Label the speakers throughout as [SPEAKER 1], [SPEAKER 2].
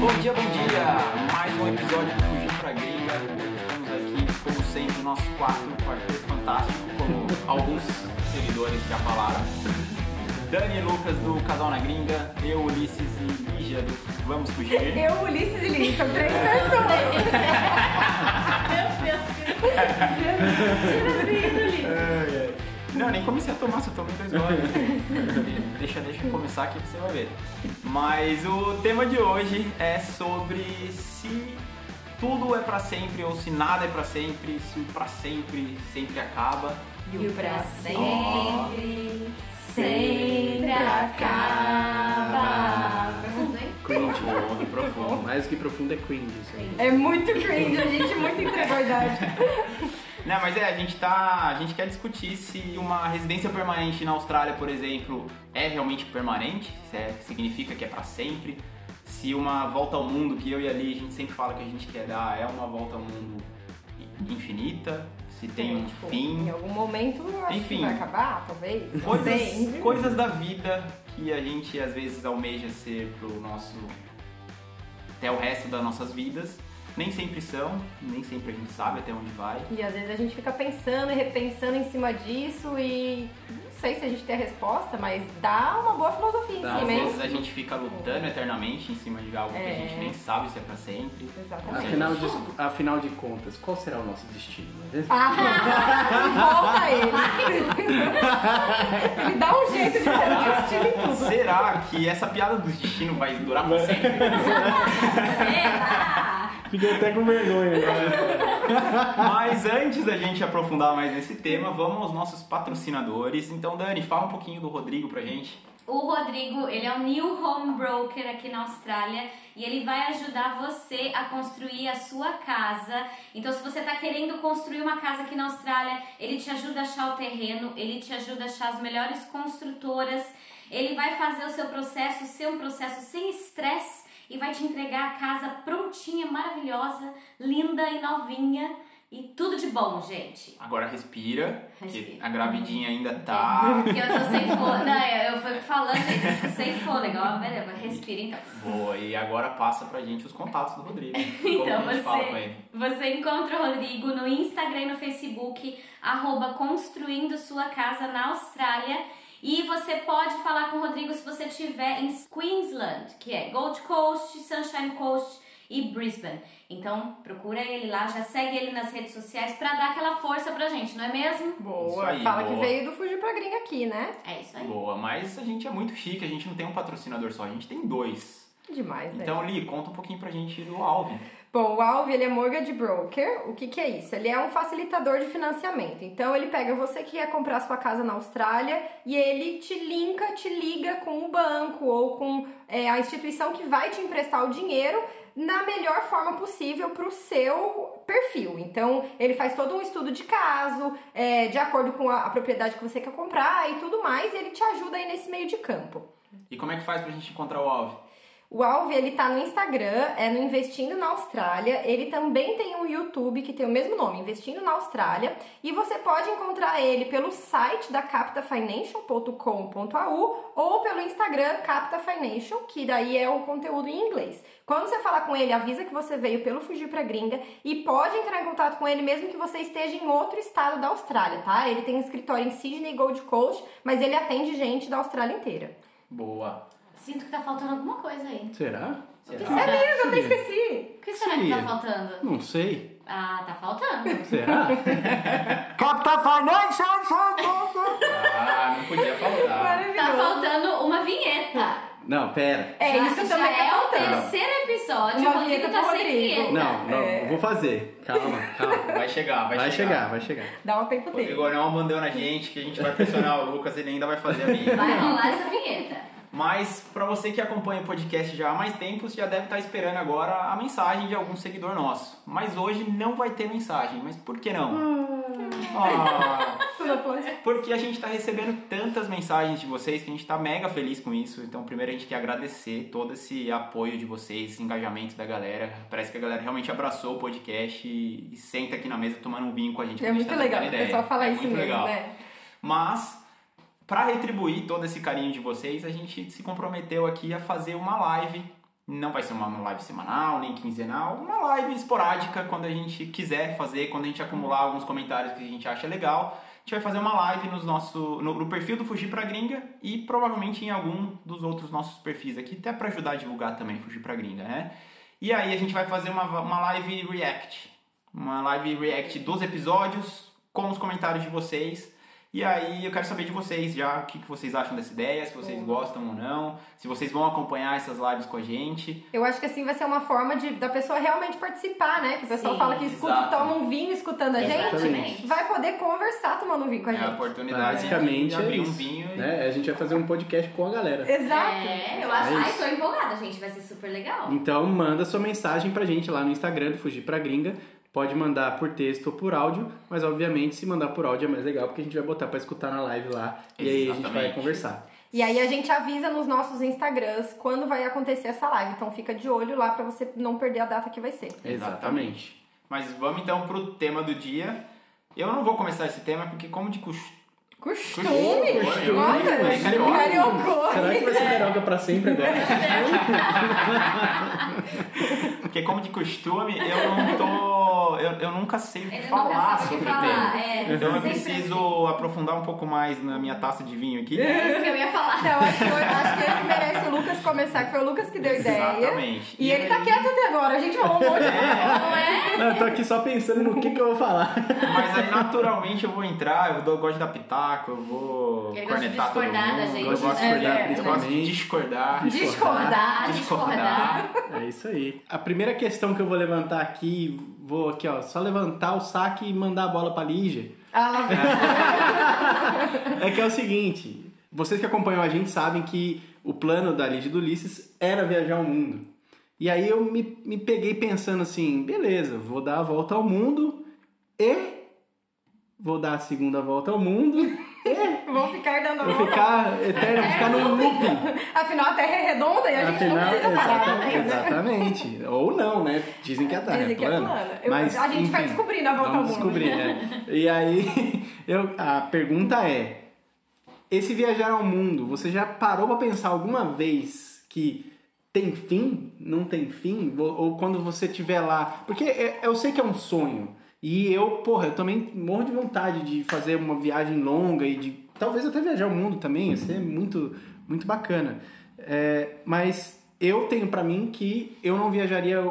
[SPEAKER 1] Bom dia, bom dia! Mais um episódio do Fugir pra Gringa. Estamos aqui, como sempre, nós quatro, um quarteto fantástico, como alguns seguidores já falaram. Dani e Lucas do Casal na Gringa, eu, Ulisses e Lígia do Vamos Fugir.
[SPEAKER 2] Eu, Ulisses e Lili, são três pessoas.
[SPEAKER 1] É, Não, nem comecei a tomar, só tomei dois goles. deixa, deixa eu começar aqui que você vai ver. Mas o tema de hoje é sobre se tudo é pra sempre ou se nada é pra sempre, se o pra sempre sempre acaba.
[SPEAKER 2] E o pra
[SPEAKER 1] sempre,
[SPEAKER 2] sempre
[SPEAKER 1] acaba. Cringe, muito profundo. né?
[SPEAKER 3] Mais que profundo é cringe isso aí.
[SPEAKER 2] É muito cringe, a gente muito entregou a idade.
[SPEAKER 1] Não, mas é, a gente tá. A gente quer discutir se uma residência permanente na Austrália, por exemplo, é realmente permanente, se é- significa que é pra sempre. Se uma volta ao mundo, que eu e ali a gente sempre fala que a gente quer dar, é uma volta ao mundo infinita, se tem um
[SPEAKER 2] Tipo, é um Em
[SPEAKER 1] fim.
[SPEAKER 2] algum momento eu acho
[SPEAKER 1] Enfim.
[SPEAKER 2] que vai acabar, talvez. não sei.
[SPEAKER 1] Coisas, coisas da vida que a gente às vezes almeja ser pro nosso. até o resto das nossas vidas. Nem sempre são, nem sempre a gente sabe até onde vai.
[SPEAKER 2] E às vezes a gente fica pensando e repensando em cima disso e não sei se a gente tem a resposta, mas dá uma boa filosofia
[SPEAKER 3] Dá
[SPEAKER 2] em
[SPEAKER 1] Então, Às
[SPEAKER 3] uma
[SPEAKER 2] cima,
[SPEAKER 4] é
[SPEAKER 2] hein?
[SPEAKER 1] vezes a gente fica lutando eternamente em cima de algo que a gente
[SPEAKER 2] É.
[SPEAKER 1] nem sabe se é pra sempre.
[SPEAKER 2] Exatamente.
[SPEAKER 3] Afinal de, afinal de contas, qual será o nosso destino? não é mesmo?
[SPEAKER 2] Ah, volta ele. ele dá um jeito de ter um destino.
[SPEAKER 1] Será que essa piada do destino vai durar pra sempre?
[SPEAKER 3] Fiquei até com vergonha agora.
[SPEAKER 1] Mas antes da gente aprofundar mais nesse tema, vamos aos nossos patrocinadores. Então, Dani, fala um pouquinho do Rodrigo pra gente.
[SPEAKER 4] O Rodrigo, ele é um new home broker aqui na Austrália e ele vai ajudar você a construir a sua casa. Então, se você está querendo construir uma casa aqui na Austrália, ele te ajuda a achar o terreno, ele te ajuda a achar as melhores construtoras, ele vai fazer o seu processo ser um processo sem estresse e vai te entregar a casa prontinha, maravilhosa, linda e novinha e tudo de bom, gente.
[SPEAKER 1] Agora respira, que
[SPEAKER 4] Respira.
[SPEAKER 1] a gravidinha ainda tá.
[SPEAKER 4] Porque eu tô sem fôlego. Não, eu, eu fui falando, gente, eu fico sem fôlego. Ó, beleza, respira então.
[SPEAKER 1] Boa, e agora passa pra gente os contatos do Rodrigo. Como
[SPEAKER 4] Então
[SPEAKER 1] a gente fala com
[SPEAKER 4] você,
[SPEAKER 1] ele.
[SPEAKER 4] você encontra o Rodrigo no Instagram e no Facebook, arroba Construindo Sua Casa na Austrália. E você pode falar com o Rodrigo se você estiver em Queensland, que é Gold Coast, Sunshine Coast e Brisbane. Então procura ele lá, já segue ele nas redes sociais pra dar aquela força pra gente, não é mesmo?
[SPEAKER 1] Isso
[SPEAKER 2] Boa.
[SPEAKER 1] aí,
[SPEAKER 2] Fala
[SPEAKER 1] boa.
[SPEAKER 2] que veio do Fugir pra Gringa aqui, né?
[SPEAKER 4] É isso aí.
[SPEAKER 1] Boa, mas a gente é muito chique, a gente não tem um patrocinador só, a gente tem dois.
[SPEAKER 4] É
[SPEAKER 2] Demais, né?
[SPEAKER 1] Então, Li, conta um pouquinho pra gente do Alvin.
[SPEAKER 2] Bom, o Alve, ele é mortgage broker. O que que é isso? Ele é um facilitador de financiamento. Então, ele pega você que quer comprar sua casa na Austrália e ele te linka, te liga com o banco ou com é, a instituição que vai te emprestar o dinheiro na melhor forma possível para o seu perfil. Então, ele faz todo um estudo de caso, é, de acordo com a, a propriedade que você quer comprar e tudo mais, e ele te ajuda aí nesse meio de campo.
[SPEAKER 1] E como é que faz pra gente encontrar o Alvin?
[SPEAKER 2] O Alve, ele tá no Instagram, é no Investindo na Austrália. Ele também tem um YouTube que tem o mesmo nome, Investindo na Austrália. E você pode encontrar ele pelo site da captafinancial.com.au ou pelo Instagram captafinancial, que daí é o conteúdo em inglês. Quando você falar com ele, avisa que você veio pelo Fugir pra Gringa e pode entrar em contato com ele mesmo que você esteja em outro estado da Austrália, tá? Ele tem um escritório em Sydney e Gold Coast, mas ele atende gente da Austrália inteira.
[SPEAKER 1] Boa.
[SPEAKER 4] Sinto que tá faltando alguma coisa aí.
[SPEAKER 3] Será?
[SPEAKER 1] Será? É
[SPEAKER 3] eu
[SPEAKER 2] Eu esqueci!
[SPEAKER 4] O que será que
[SPEAKER 3] Seria.
[SPEAKER 4] tá faltando?
[SPEAKER 3] Não sei.
[SPEAKER 4] Ah, tá faltando.
[SPEAKER 3] Será? Capta Financial!
[SPEAKER 1] Ah, não podia faltar.
[SPEAKER 4] Tá faltando uma vinheta.
[SPEAKER 3] Não, pera.
[SPEAKER 2] É,
[SPEAKER 4] Já-
[SPEAKER 2] isso
[SPEAKER 4] já
[SPEAKER 2] também
[SPEAKER 4] é
[SPEAKER 2] tá
[SPEAKER 4] o
[SPEAKER 2] faltando.
[SPEAKER 4] terceiro episódio.
[SPEAKER 2] Uma
[SPEAKER 4] o Rodrigo
[SPEAKER 2] vinheta
[SPEAKER 4] tá
[SPEAKER 2] pro
[SPEAKER 4] sem
[SPEAKER 2] Rodrigo.
[SPEAKER 4] vinheta.
[SPEAKER 3] Não, não,
[SPEAKER 2] É.
[SPEAKER 3] eu vou fazer. Calma, calma.
[SPEAKER 1] Vai chegar, vai,
[SPEAKER 3] Vai chegar, vai chegar.
[SPEAKER 2] Dá um tempo
[SPEAKER 1] O
[SPEAKER 2] dele.
[SPEAKER 1] Rodrigo não mandou na gente que a gente vai pressionar o Lucas, ele ainda vai fazer a minha.
[SPEAKER 4] Vai rolar essa vinheta.
[SPEAKER 1] Mas pra você que acompanha o podcast já há mais tempo, você já deve estar esperando agora a mensagem de algum seguidor nosso. Mas hoje não vai ter mensagem, mas por que não? Ah.
[SPEAKER 2] é
[SPEAKER 1] Porque a gente tá recebendo tantas mensagens de vocês que a gente tá mega feliz com isso. Então, primeiro a gente quer agradecer todo esse apoio de vocês, esse engajamento da galera. Parece que a galera realmente abraçou o podcast e, e senta aqui na mesa tomando um vinho com a gente.
[SPEAKER 2] É muito legal o pessoal falar
[SPEAKER 1] falar
[SPEAKER 2] isso mesmo, né?
[SPEAKER 1] Mas, pra retribuir todo esse carinho de vocês, a gente se comprometeu aqui a fazer uma live Não vai ser uma live semanal, nem quinzenal, uma live esporádica quando a gente quiser fazer, quando a gente acumular alguns comentários que a gente acha legal. A gente vai fazer uma live nos nosso, no, no perfil do Fugir pra Gringa e provavelmente em algum dos outros nossos perfis aqui, até pra ajudar a divulgar também Fugir pra Gringa, né? E aí a gente vai fazer uma, uma live react. Uma live react dos episódios com os comentários de vocês. E aí eu quero saber de vocês já o que, que vocês acham dessa ideia, se vocês gostam ou não, se vocês vão acompanhar essas lives com a gente.
[SPEAKER 2] Eu acho que assim vai ser uma forma de, da pessoa realmente participar, né? Que o pessoal
[SPEAKER 4] Sim,
[SPEAKER 2] fala que escuta
[SPEAKER 1] exato.
[SPEAKER 2] toma um vinho escutando a gente,
[SPEAKER 4] Exatamente.
[SPEAKER 2] vai poder conversar tomando um vinho com a
[SPEAKER 1] É a
[SPEAKER 2] gente.
[SPEAKER 1] oportunidade
[SPEAKER 3] Basicamente
[SPEAKER 1] de
[SPEAKER 3] é
[SPEAKER 1] abrir um
[SPEAKER 3] isso,
[SPEAKER 1] vinho e
[SPEAKER 3] né? A gente vai fazer um podcast com a galera.
[SPEAKER 2] Exato.
[SPEAKER 4] É, eu acho.
[SPEAKER 3] É
[SPEAKER 4] Ai,
[SPEAKER 3] isso.
[SPEAKER 4] tô empolgada, gente. Vai ser super legal.
[SPEAKER 3] Então manda sua mensagem pra gente lá no Instagram do Fugir pra Gringa. Pode mandar por texto ou por áudio, mas obviamente se mandar por áudio é mais legal porque a gente vai botar pra escutar na live lá e aí a gente vai
[SPEAKER 1] Exatamente.
[SPEAKER 3] conversar.
[SPEAKER 2] E aí a gente avisa nos nossos Instagrams quando vai acontecer essa live. Então fica de olho lá pra você não perder a data que vai ser.
[SPEAKER 3] Exatamente.
[SPEAKER 1] Mas vamos então pro tema do dia. Eu não vou começar esse tema porque como de costume.
[SPEAKER 2] Costume?
[SPEAKER 1] Costume,
[SPEAKER 2] Nossa,
[SPEAKER 1] costume, carioca.
[SPEAKER 2] carioca.
[SPEAKER 3] Será que vai ser carioca pra sempre agora?
[SPEAKER 1] Porque como de costume, eu não tô. Eu, eu nunca sei o que
[SPEAKER 4] Ele não
[SPEAKER 1] falar
[SPEAKER 4] sabe o que
[SPEAKER 1] sobre o
[SPEAKER 4] falar.
[SPEAKER 1] tema.
[SPEAKER 4] É,
[SPEAKER 1] Então eu
[SPEAKER 4] sempre assim.
[SPEAKER 1] preciso aprofundar um pouco mais na minha taça de vinho aqui.
[SPEAKER 4] É isso que eu ia falar.
[SPEAKER 2] Então, acho que, eu- acho que esse merece o Lucas começar, que foi o Lucas
[SPEAKER 4] é,
[SPEAKER 2] que deu ideia.
[SPEAKER 1] Exatamente.
[SPEAKER 2] E ele tá
[SPEAKER 1] aí-
[SPEAKER 2] quieto até agora, a gente falou um monte de coisa.
[SPEAKER 4] Não é?
[SPEAKER 3] Não, eu tô aqui só pensando no que, que eu vou falar.
[SPEAKER 1] Mas aí naturalmente eu vou entrar, eu dou- gosto de dar pitaco, eu vou
[SPEAKER 4] Ele gosta de
[SPEAKER 1] cornetar todo
[SPEAKER 4] discordar da
[SPEAKER 1] mundo.
[SPEAKER 4] gente.
[SPEAKER 1] Eu gosto de
[SPEAKER 3] É,
[SPEAKER 1] discordar,
[SPEAKER 3] é.
[SPEAKER 1] eu gosto de discordar.
[SPEAKER 2] Discordar.
[SPEAKER 4] Discordar.
[SPEAKER 3] É isso aí. A primeira questão que eu vou levantar aqui, vou aqui, ó, só levantar o saque e mandar a bola pra Lígia.
[SPEAKER 2] Ah, lá vem.
[SPEAKER 3] É que é o seguinte, vocês que acompanham a gente sabem que o plano da Lígia e do Ulisses era viajar o mundo. E aí eu me, me peguei pensando assim, beleza, vou dar a volta ao mundo e vou dar a segunda volta ao mundo e
[SPEAKER 2] Vão ficar dando
[SPEAKER 3] vou
[SPEAKER 2] volta.
[SPEAKER 3] ficar eterno,
[SPEAKER 2] É,
[SPEAKER 3] vou ficar num looping.
[SPEAKER 2] Afinal, a Terra é redonda e a gente não
[SPEAKER 3] Afinal,
[SPEAKER 2] precisa parar
[SPEAKER 3] exata-
[SPEAKER 2] mais, né?
[SPEAKER 3] exatamente. Ou não, né? Dizem que a Terra
[SPEAKER 2] Dizem
[SPEAKER 3] é
[SPEAKER 2] que é
[SPEAKER 3] plana.
[SPEAKER 2] plana. Eu-
[SPEAKER 3] mas,
[SPEAKER 2] a gente vai
[SPEAKER 3] enfim,
[SPEAKER 2] descobrir na volta ao
[SPEAKER 3] Vamos
[SPEAKER 2] mundo.
[SPEAKER 3] descobrir, né? E aí, eu, a pergunta é: esse viajar ao mundo, você já parou pra pensar alguma vez que tem fim? Não tem fim? Ou, ou quando você estiver lá? Porque é- eu sei que é um sonho. E eu, porra, eu também morro de vontade de fazer uma viagem longa e de talvez até viajar ao mundo também, ia ser muito, muito bacana. É, mas eu tenho pra mim que eu não viajaria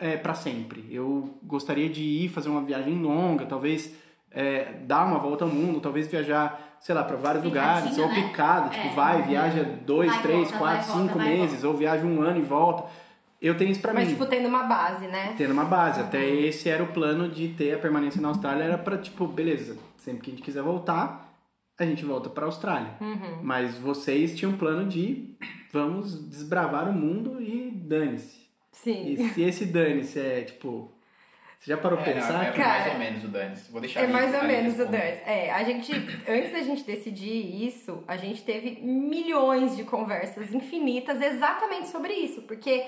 [SPEAKER 3] é, para sempre. Eu gostaria de ir fazer uma viagem longa, talvez é, dar uma volta ao mundo, talvez viajar, sei lá, para vários
[SPEAKER 4] Picadinho,
[SPEAKER 3] lugares, ou
[SPEAKER 4] né?
[SPEAKER 3] picado, tipo,
[SPEAKER 4] É.
[SPEAKER 3] vai, viaja dois,
[SPEAKER 4] Vai,
[SPEAKER 3] três,
[SPEAKER 4] volta,
[SPEAKER 3] quatro,
[SPEAKER 4] vai, volta,
[SPEAKER 3] cinco
[SPEAKER 4] vai,
[SPEAKER 3] meses, ou viaja um ano e volta. Eu tenho isso pra
[SPEAKER 2] Mas,
[SPEAKER 3] mim.
[SPEAKER 2] tipo, tendo uma base, né?
[SPEAKER 3] Tendo uma base. Até esse era o plano de ter a permanência na Austrália, era pra, tipo, beleza, sempre que a gente quiser voltar, a gente volta pra Austrália.
[SPEAKER 2] Uhum.
[SPEAKER 3] Mas vocês tinham um plano de vamos desbravar o mundo e dane-se.
[SPEAKER 2] Sim.
[SPEAKER 3] E se esse dane-se é tipo. Você já parou pra pensar?
[SPEAKER 1] é,
[SPEAKER 3] que-
[SPEAKER 2] cara.
[SPEAKER 1] mais ou menos o Danis. Vou deixar
[SPEAKER 2] É
[SPEAKER 1] ele-
[SPEAKER 2] mais ou
[SPEAKER 1] ele
[SPEAKER 2] menos o
[SPEAKER 1] responder.
[SPEAKER 2] Dance. É, a gente, antes da gente decidir isso, a gente teve milhões de conversas infinitas exatamente sobre isso, porque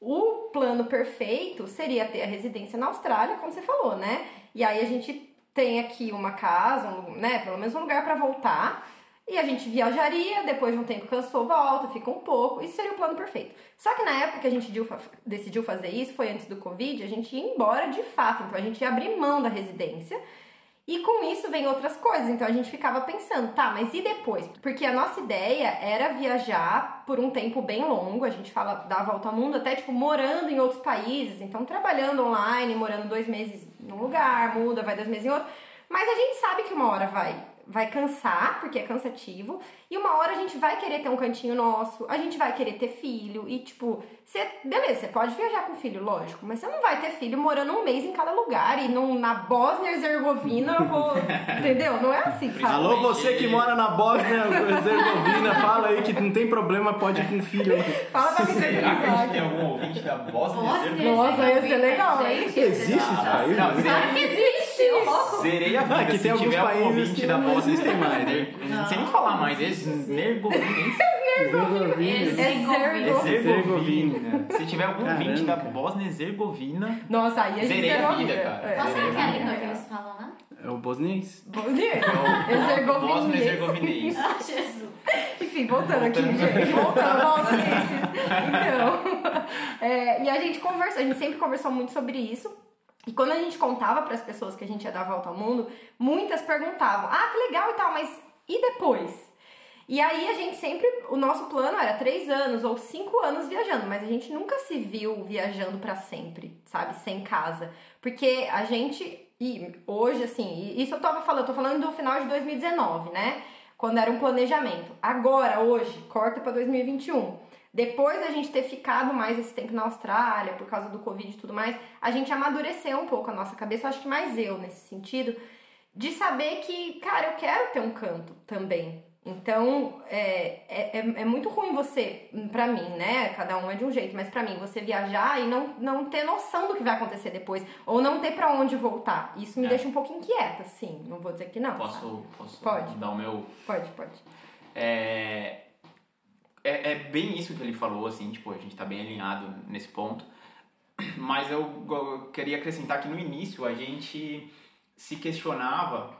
[SPEAKER 2] o plano perfeito seria ter a residência na Austrália, como você falou, né? E aí a gente tem aqui uma casa, um lu- né, pelo menos um lugar pra voltar, e a gente viajaria, depois de um tempo cansou, volta, fica um pouco, isso seria o plano perfeito. Só que na época que a gente diu- fa- decidiu fazer isso, foi antes do Covid, a gente ia embora de fato, então a gente ia abrir mão da residência. E com isso vem outras coisas, então a gente ficava pensando, tá, mas e depois? Porque a nossa ideia era viajar por um tempo bem longo, a gente fala dar a volta ao mundo, até tipo morando em outros países, então trabalhando online, morando dois meses num lugar, muda, vai dois meses em outro. Mas a gente sabe que uma hora vai, vai cansar, porque é cansativo, e uma hora a gente vai querer ter um cantinho nosso, a gente vai querer ter filho, e tipo, você, beleza, você pode viajar com filho, lógico, mas você não vai ter filho morando um mês em cada lugar, e não, na Bósnia e Herzegovina eu vou. entendeu? Não é assim, sabe?
[SPEAKER 3] Alô, você que mora na Bósnia Herzegovina, fala aí que não tem problema, pode ir com filho.
[SPEAKER 2] Fala pra mim se
[SPEAKER 1] Será que a gente tem
[SPEAKER 2] você
[SPEAKER 1] algum ouvinte da Bosnia?
[SPEAKER 2] Nossa, ia ser legal, hein?
[SPEAKER 4] Gente,
[SPEAKER 3] Existe esse país?
[SPEAKER 1] Não,
[SPEAKER 3] né?
[SPEAKER 4] Claro que existe, ô louco.
[SPEAKER 1] Zerei a vida.
[SPEAKER 3] Ah, que
[SPEAKER 1] se
[SPEAKER 3] tem alguns
[SPEAKER 1] tiver algum
[SPEAKER 3] países
[SPEAKER 1] ouvinte
[SPEAKER 3] que
[SPEAKER 1] da
[SPEAKER 3] não
[SPEAKER 1] Bosnia
[SPEAKER 3] existem mais, né?
[SPEAKER 1] Herzegovina. Sem falar mais, eles nergovinhos.
[SPEAKER 3] Herzegovina.
[SPEAKER 2] Herzegovina.
[SPEAKER 1] Herzegovina. Se tiver algum ouvinte da
[SPEAKER 3] Caramba, cara.
[SPEAKER 1] Bósnia e Herzegovina,
[SPEAKER 2] Nossa, aí a gente
[SPEAKER 1] Zerei a vida,
[SPEAKER 2] Herzegovina.
[SPEAKER 1] cara.
[SPEAKER 2] É.
[SPEAKER 4] Qual será que é a língua que
[SPEAKER 2] Bósnia
[SPEAKER 4] eles falam, né?
[SPEAKER 3] É o bosniense.
[SPEAKER 1] Bósnia e
[SPEAKER 2] Herzegovina.
[SPEAKER 1] Herzegovinês.
[SPEAKER 4] Ah, Jesus.
[SPEAKER 2] Enfim, voltando aqui, gente. Voltando, volta nesses. Então, a gente conversou, a gente sempre conversou muito sobre isso. E quando a gente contava para as pessoas que a gente ia dar a volta ao mundo, muitas perguntavam: "Ah, que legal e tal, mas e depois?" E aí a gente sempre, o nosso plano era três anos ou cinco anos viajando, mas a gente nunca se viu viajando para sempre, sabe, sem casa, porque a gente e hoje assim, e isso eu tava falando, eu tô falando do final de 2019, né? Quando era um planejamento. Agora, hoje, corta para 2021. Depois da gente ter ficado mais esse tempo na Austrália, por causa do Covid e tudo mais, a gente amadureceu um pouco a nossa cabeça, eu acho que mais eu nesse sentido, de saber que, cara, eu quero ter um canto também. Então, é, é, é muito ruim você, pra mim, né? Cada um é de um jeito, mas pra mim, você viajar e não, não ter noção do que vai acontecer depois, ou não ter pra onde voltar. Isso me
[SPEAKER 1] É.
[SPEAKER 2] deixa um pouco inquieta, sim. Não vou dizer que não. sabe?
[SPEAKER 1] Posso, posso
[SPEAKER 2] Pode.
[SPEAKER 1] dar o meu
[SPEAKER 2] Pode, pode.
[SPEAKER 1] É, é, é bem isso que ele falou, assim, tipo, a gente tá bem alinhado nesse ponto. Mas eu, go- eu queria acrescentar que no início a gente se questionava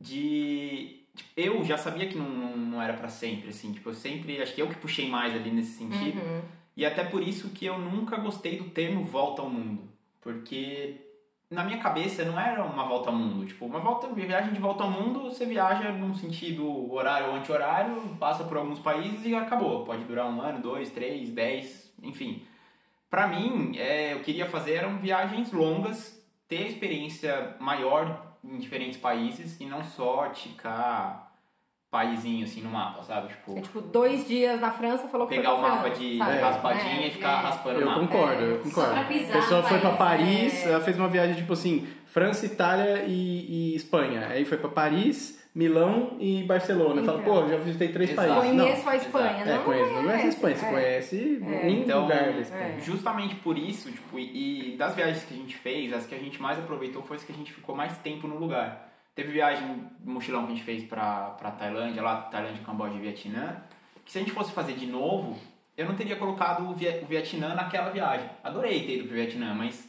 [SPEAKER 1] de. tipo, Eu já sabia que não, não, não era pra sempre, assim, tipo, eu sempre. Acho que eu que puxei mais ali nesse sentido.
[SPEAKER 2] Uhum.
[SPEAKER 1] E até por isso que eu nunca gostei do termo volta ao mundo. Porque na minha cabeça não era uma volta ao mundo. Tipo, uma volta, uma viagem de volta ao mundo, você viaja num sentido horário ou anti-horário, passa por alguns países e acabou. Pode durar um ano, dois, três, dez, enfim. Pra mim, é, eu queria fazer eram viagens longas, ter experiência maior em diferentes países e não só ticar paizinho assim no mapa, sabe? Tipo,
[SPEAKER 2] É tipo, dois dias na França, falou que
[SPEAKER 1] pegar
[SPEAKER 2] foi
[SPEAKER 1] o
[SPEAKER 2] pra
[SPEAKER 1] mapa
[SPEAKER 2] França,
[SPEAKER 1] de
[SPEAKER 2] sabe?
[SPEAKER 1] raspadinha
[SPEAKER 2] É,
[SPEAKER 1] e ficar
[SPEAKER 2] é.
[SPEAKER 1] raspando o
[SPEAKER 3] Eu
[SPEAKER 1] mapa.
[SPEAKER 3] concordo, eu
[SPEAKER 4] É, Só pra
[SPEAKER 3] concordo.
[SPEAKER 4] pisar.
[SPEAKER 3] A pessoa
[SPEAKER 4] no
[SPEAKER 3] foi pra
[SPEAKER 4] país, né?
[SPEAKER 3] Paris, ela fez uma viagem tipo assim, França, Itália e, e Espanha. Aí foi pra Paris, Milão e Barcelona. Fala,
[SPEAKER 2] Então.
[SPEAKER 3] pô, já visitei três
[SPEAKER 1] Exato.
[SPEAKER 3] países. Não.
[SPEAKER 2] Conheço a Espanha,
[SPEAKER 1] Exato.
[SPEAKER 2] não?
[SPEAKER 3] É, conhece, não conhece a Espanha, você
[SPEAKER 2] é.
[SPEAKER 3] conhece um
[SPEAKER 1] Então,
[SPEAKER 3] lugar da Espanha.
[SPEAKER 2] É.
[SPEAKER 1] Justamente por isso, tipo, e, e das viagens que a gente fez, as que a gente mais aproveitou foi as que a gente ficou mais tempo no lugar. Teve viagem, um mochilão que a gente fez pra, pra Tailândia, lá Tailândia, Camboja e Vietnã, que se a gente fosse fazer de novo, eu não teria colocado o, Vie- o Vietnã naquela viagem. Adorei ter ido pro Vietnã, mas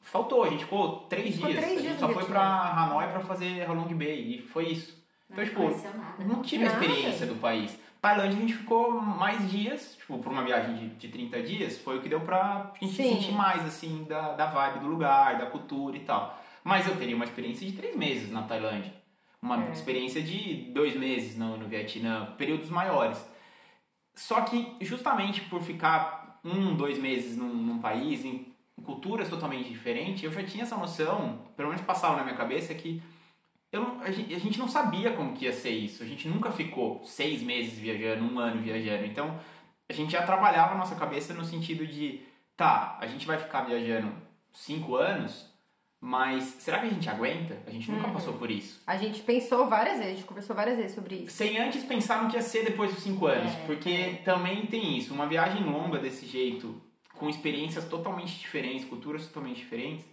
[SPEAKER 1] faltou, a gente ficou três
[SPEAKER 2] Ficou
[SPEAKER 1] dias.
[SPEAKER 2] três
[SPEAKER 1] a gente
[SPEAKER 2] dias
[SPEAKER 1] só
[SPEAKER 2] no
[SPEAKER 1] foi pra
[SPEAKER 2] Vietnã.
[SPEAKER 1] Hanoi pra fazer Halong Bay, e foi isso. Então,
[SPEAKER 4] Não
[SPEAKER 1] tipo,
[SPEAKER 4] conheceu nada.
[SPEAKER 1] não tive a
[SPEAKER 2] Nada.
[SPEAKER 1] experiência do país. Tailândia a gente ficou mais dias, tipo, por uma viagem de, de 30 dias, foi o que deu pra gente
[SPEAKER 2] Sim.
[SPEAKER 1] sentir mais, assim, da, da vibe do lugar, da cultura e tal. Mas eu teria uma experiência de três meses na Tailândia. Uma
[SPEAKER 2] É.
[SPEAKER 1] experiência de dois meses no, no Vietnã, períodos maiores. Só que, justamente por ficar um, dois meses num, num país, em culturas totalmente diferentes, eu já tinha essa noção, pelo menos passava na minha cabeça, que eu não- a, gente, a gente não sabia como que ia ser isso. A gente nunca ficou seis meses viajando, um ano viajando. Então, a gente já trabalhava a nossa cabeça no sentido de, tá, a gente vai ficar viajando cinco anos, mas será que a gente aguenta? A gente nunca
[SPEAKER 2] Uhum.
[SPEAKER 1] passou por isso.
[SPEAKER 2] A gente pensou várias vezes, a gente conversou várias vezes sobre isso.
[SPEAKER 1] Sem antes pensar no que ia ser depois dos cinco anos.
[SPEAKER 4] É.
[SPEAKER 1] Porque também tem isso. Uma viagem longa desse jeito, com experiências totalmente diferentes, culturas totalmente diferentes,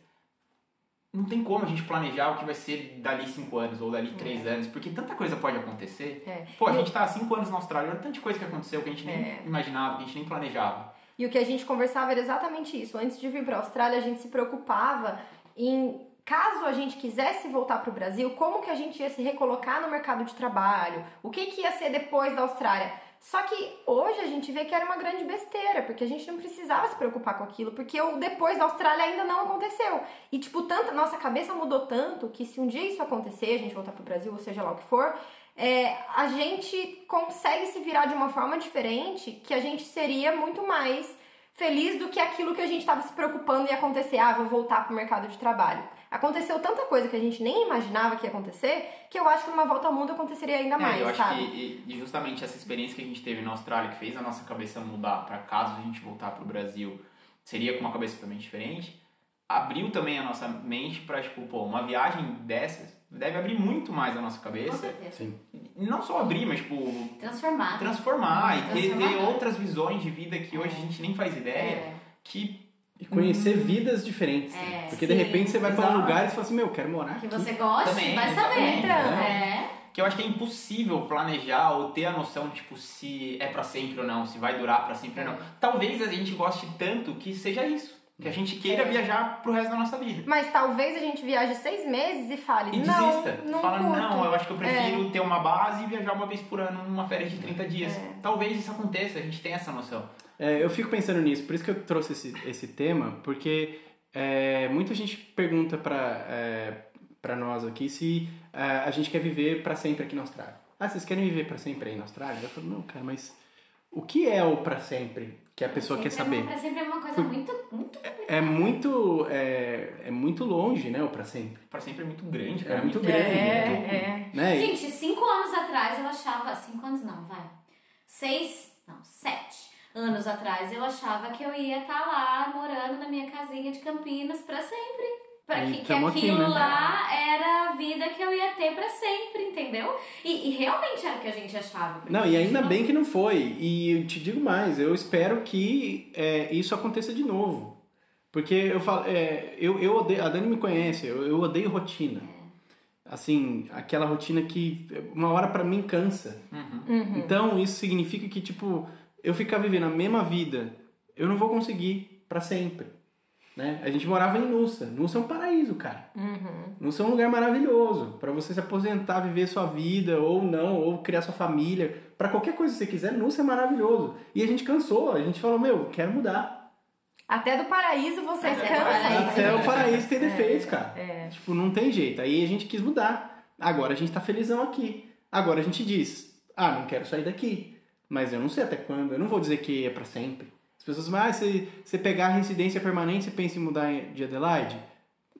[SPEAKER 1] não tem como a gente planejar o que vai ser dali cinco anos ou dali três anos, porque tanta coisa pode acontecer.
[SPEAKER 2] É.
[SPEAKER 1] Pô, a gente tá há cinco anos na Austrália, olha tanta coisa que aconteceu que a gente nem imaginava, que a gente nem planejava.
[SPEAKER 2] E o que a gente conversava era exatamente isso. Antes de vir para a Austrália, a gente se preocupava em caso a gente quisesse voltar para o Brasil, como que a gente ia se recolocar no mercado de trabalho? O que que ia ser depois da Austrália? Só que hoje a gente vê que era uma grande besteira, porque a gente não precisava se preocupar com aquilo, porque o depois da Austrália ainda não aconteceu. E tipo, tanto, nossa cabeça mudou tanto que se um dia isso acontecer, a gente voltar pro Brasil, ou seja lá o que for, é, a gente consegue se virar de uma forma diferente que a gente seria muito mais feliz do que aquilo que a gente estava se preocupando e acontecer. Ah, vou voltar pro mercado de trabalho. Aconteceu tanta coisa que a gente nem imaginava que ia acontecer, que eu acho que numa volta ao mundo aconteceria ainda
[SPEAKER 1] É,
[SPEAKER 2] mais,
[SPEAKER 1] eu acho
[SPEAKER 2] sabe?
[SPEAKER 1] que e- e justamente essa experiência que a gente teve na Austrália, que fez a nossa cabeça mudar para caso a gente voltar pro Brasil, seria com uma cabeça totalmente diferente, abriu também a nossa mente pra, tipo, pô, uma viagem dessas deve abrir muito mais a nossa
[SPEAKER 4] Com
[SPEAKER 1] cabeça.
[SPEAKER 4] certeza.
[SPEAKER 1] E Não só abrir, mas, tipo,
[SPEAKER 4] Transformado.
[SPEAKER 1] transformar e ter, ter
[SPEAKER 4] Transformar.
[SPEAKER 1] outras visões de vida que hoje a gente nem faz ideia,
[SPEAKER 4] É.
[SPEAKER 1] que
[SPEAKER 3] E conhecer vidas diferentes.
[SPEAKER 4] É,
[SPEAKER 3] né? Porque
[SPEAKER 2] sim,
[SPEAKER 3] de repente você vai pra
[SPEAKER 1] exato.
[SPEAKER 3] um lugar e você fala assim, meu, eu quero morar
[SPEAKER 4] Que
[SPEAKER 3] aqui.
[SPEAKER 4] você goste,
[SPEAKER 1] Também,
[SPEAKER 4] vai saber.
[SPEAKER 1] também,
[SPEAKER 3] né?
[SPEAKER 4] É.
[SPEAKER 1] que eu acho que é impossível planejar ou ter a noção tipo se é pra sempre ou não, se vai durar pra sempre
[SPEAKER 2] É.
[SPEAKER 1] ou não. Talvez a gente goste tanto que seja isso, que a gente queira
[SPEAKER 2] É.
[SPEAKER 1] viajar pro resto da nossa vida.
[SPEAKER 2] Mas talvez a gente viaje seis meses e fale,
[SPEAKER 1] E
[SPEAKER 2] não,
[SPEAKER 1] desista.
[SPEAKER 2] não
[SPEAKER 1] Fala,
[SPEAKER 2] curto. É.
[SPEAKER 1] não, eu acho que eu prefiro
[SPEAKER 2] É.
[SPEAKER 1] ter uma base e viajar uma vez por ano numa férias de 30 dias. Talvez isso aconteça, a gente tem essa noção.
[SPEAKER 3] É, eu fico pensando nisso, por isso que eu trouxe esse, esse tema, porque é, muita gente pergunta pra, é, pra nós aqui se é, a gente quer viver pra sempre aqui na Austrália. Ah, vocês querem viver pra sempre aí na Austrália? Eu falo, não, cara, mas o que é o pra sempre que a pessoa quer
[SPEAKER 4] Sempre é
[SPEAKER 3] saber?
[SPEAKER 4] uma- pra sempre é uma coisa
[SPEAKER 3] Por-
[SPEAKER 4] muito, muito
[SPEAKER 3] É muito, é, é muito longe, né, o pra sempre.
[SPEAKER 1] Pra sempre é muito grande,
[SPEAKER 3] É
[SPEAKER 1] cara.
[SPEAKER 3] muito
[SPEAKER 2] É,
[SPEAKER 3] grande.
[SPEAKER 2] é.
[SPEAKER 3] Né? E-
[SPEAKER 4] Gente, cinco anos atrás eu achava. Cinco anos não, vai. Seis. Não, sete anos atrás eu achava que eu ia estar lá morando na minha casinha de Campinas pra sempre. Pra
[SPEAKER 3] E
[SPEAKER 4] que, que
[SPEAKER 3] tamo
[SPEAKER 4] aquilo
[SPEAKER 3] aqui, né?
[SPEAKER 4] lá era a vida que eu ia ter pra sempre, entendeu? E, e realmente era o que a gente achava. porque
[SPEAKER 3] Não, e
[SPEAKER 4] a gente
[SPEAKER 3] ainda bem que não foi. E eu te digo mais, eu espero que é, isso aconteça de novo. Porque eu falo, é, eu, eu odeio, a Dani me conhece, eu, eu odeio rotina. Assim, aquela rotina que uma hora pra mim cansa.
[SPEAKER 1] Uhum.
[SPEAKER 2] Uhum.
[SPEAKER 3] Então isso significa que, tipo, eu ficar vivendo a mesma vida, eu não vou conseguir pra sempre. Né? A gente morava em Nussa. Nussa é um paraíso, cara.
[SPEAKER 2] Uhum.
[SPEAKER 3] Não é um lugar maravilhoso pra você se aposentar, viver sua vida ou não, ou criar sua família, Pra qualquer coisa que você quiser, Núcia é maravilhoso. E a gente cansou, a gente falou, meu, quero mudar.
[SPEAKER 2] Até do paraíso vocês
[SPEAKER 4] Até
[SPEAKER 2] cansam.
[SPEAKER 4] paraíso.
[SPEAKER 3] Até
[SPEAKER 2] né?
[SPEAKER 3] o paraíso tem defeitos, cara.
[SPEAKER 2] É.
[SPEAKER 3] Tipo, não tem jeito. Aí a gente quis mudar. Agora a gente tá felizão aqui. Agora a gente diz, ah, não quero sair daqui. Mas eu não sei até quando, eu não vou dizer que é pra sempre. As pessoas, mas ah, se você pegar a residência permanente, você pensa em mudar de Adelaide?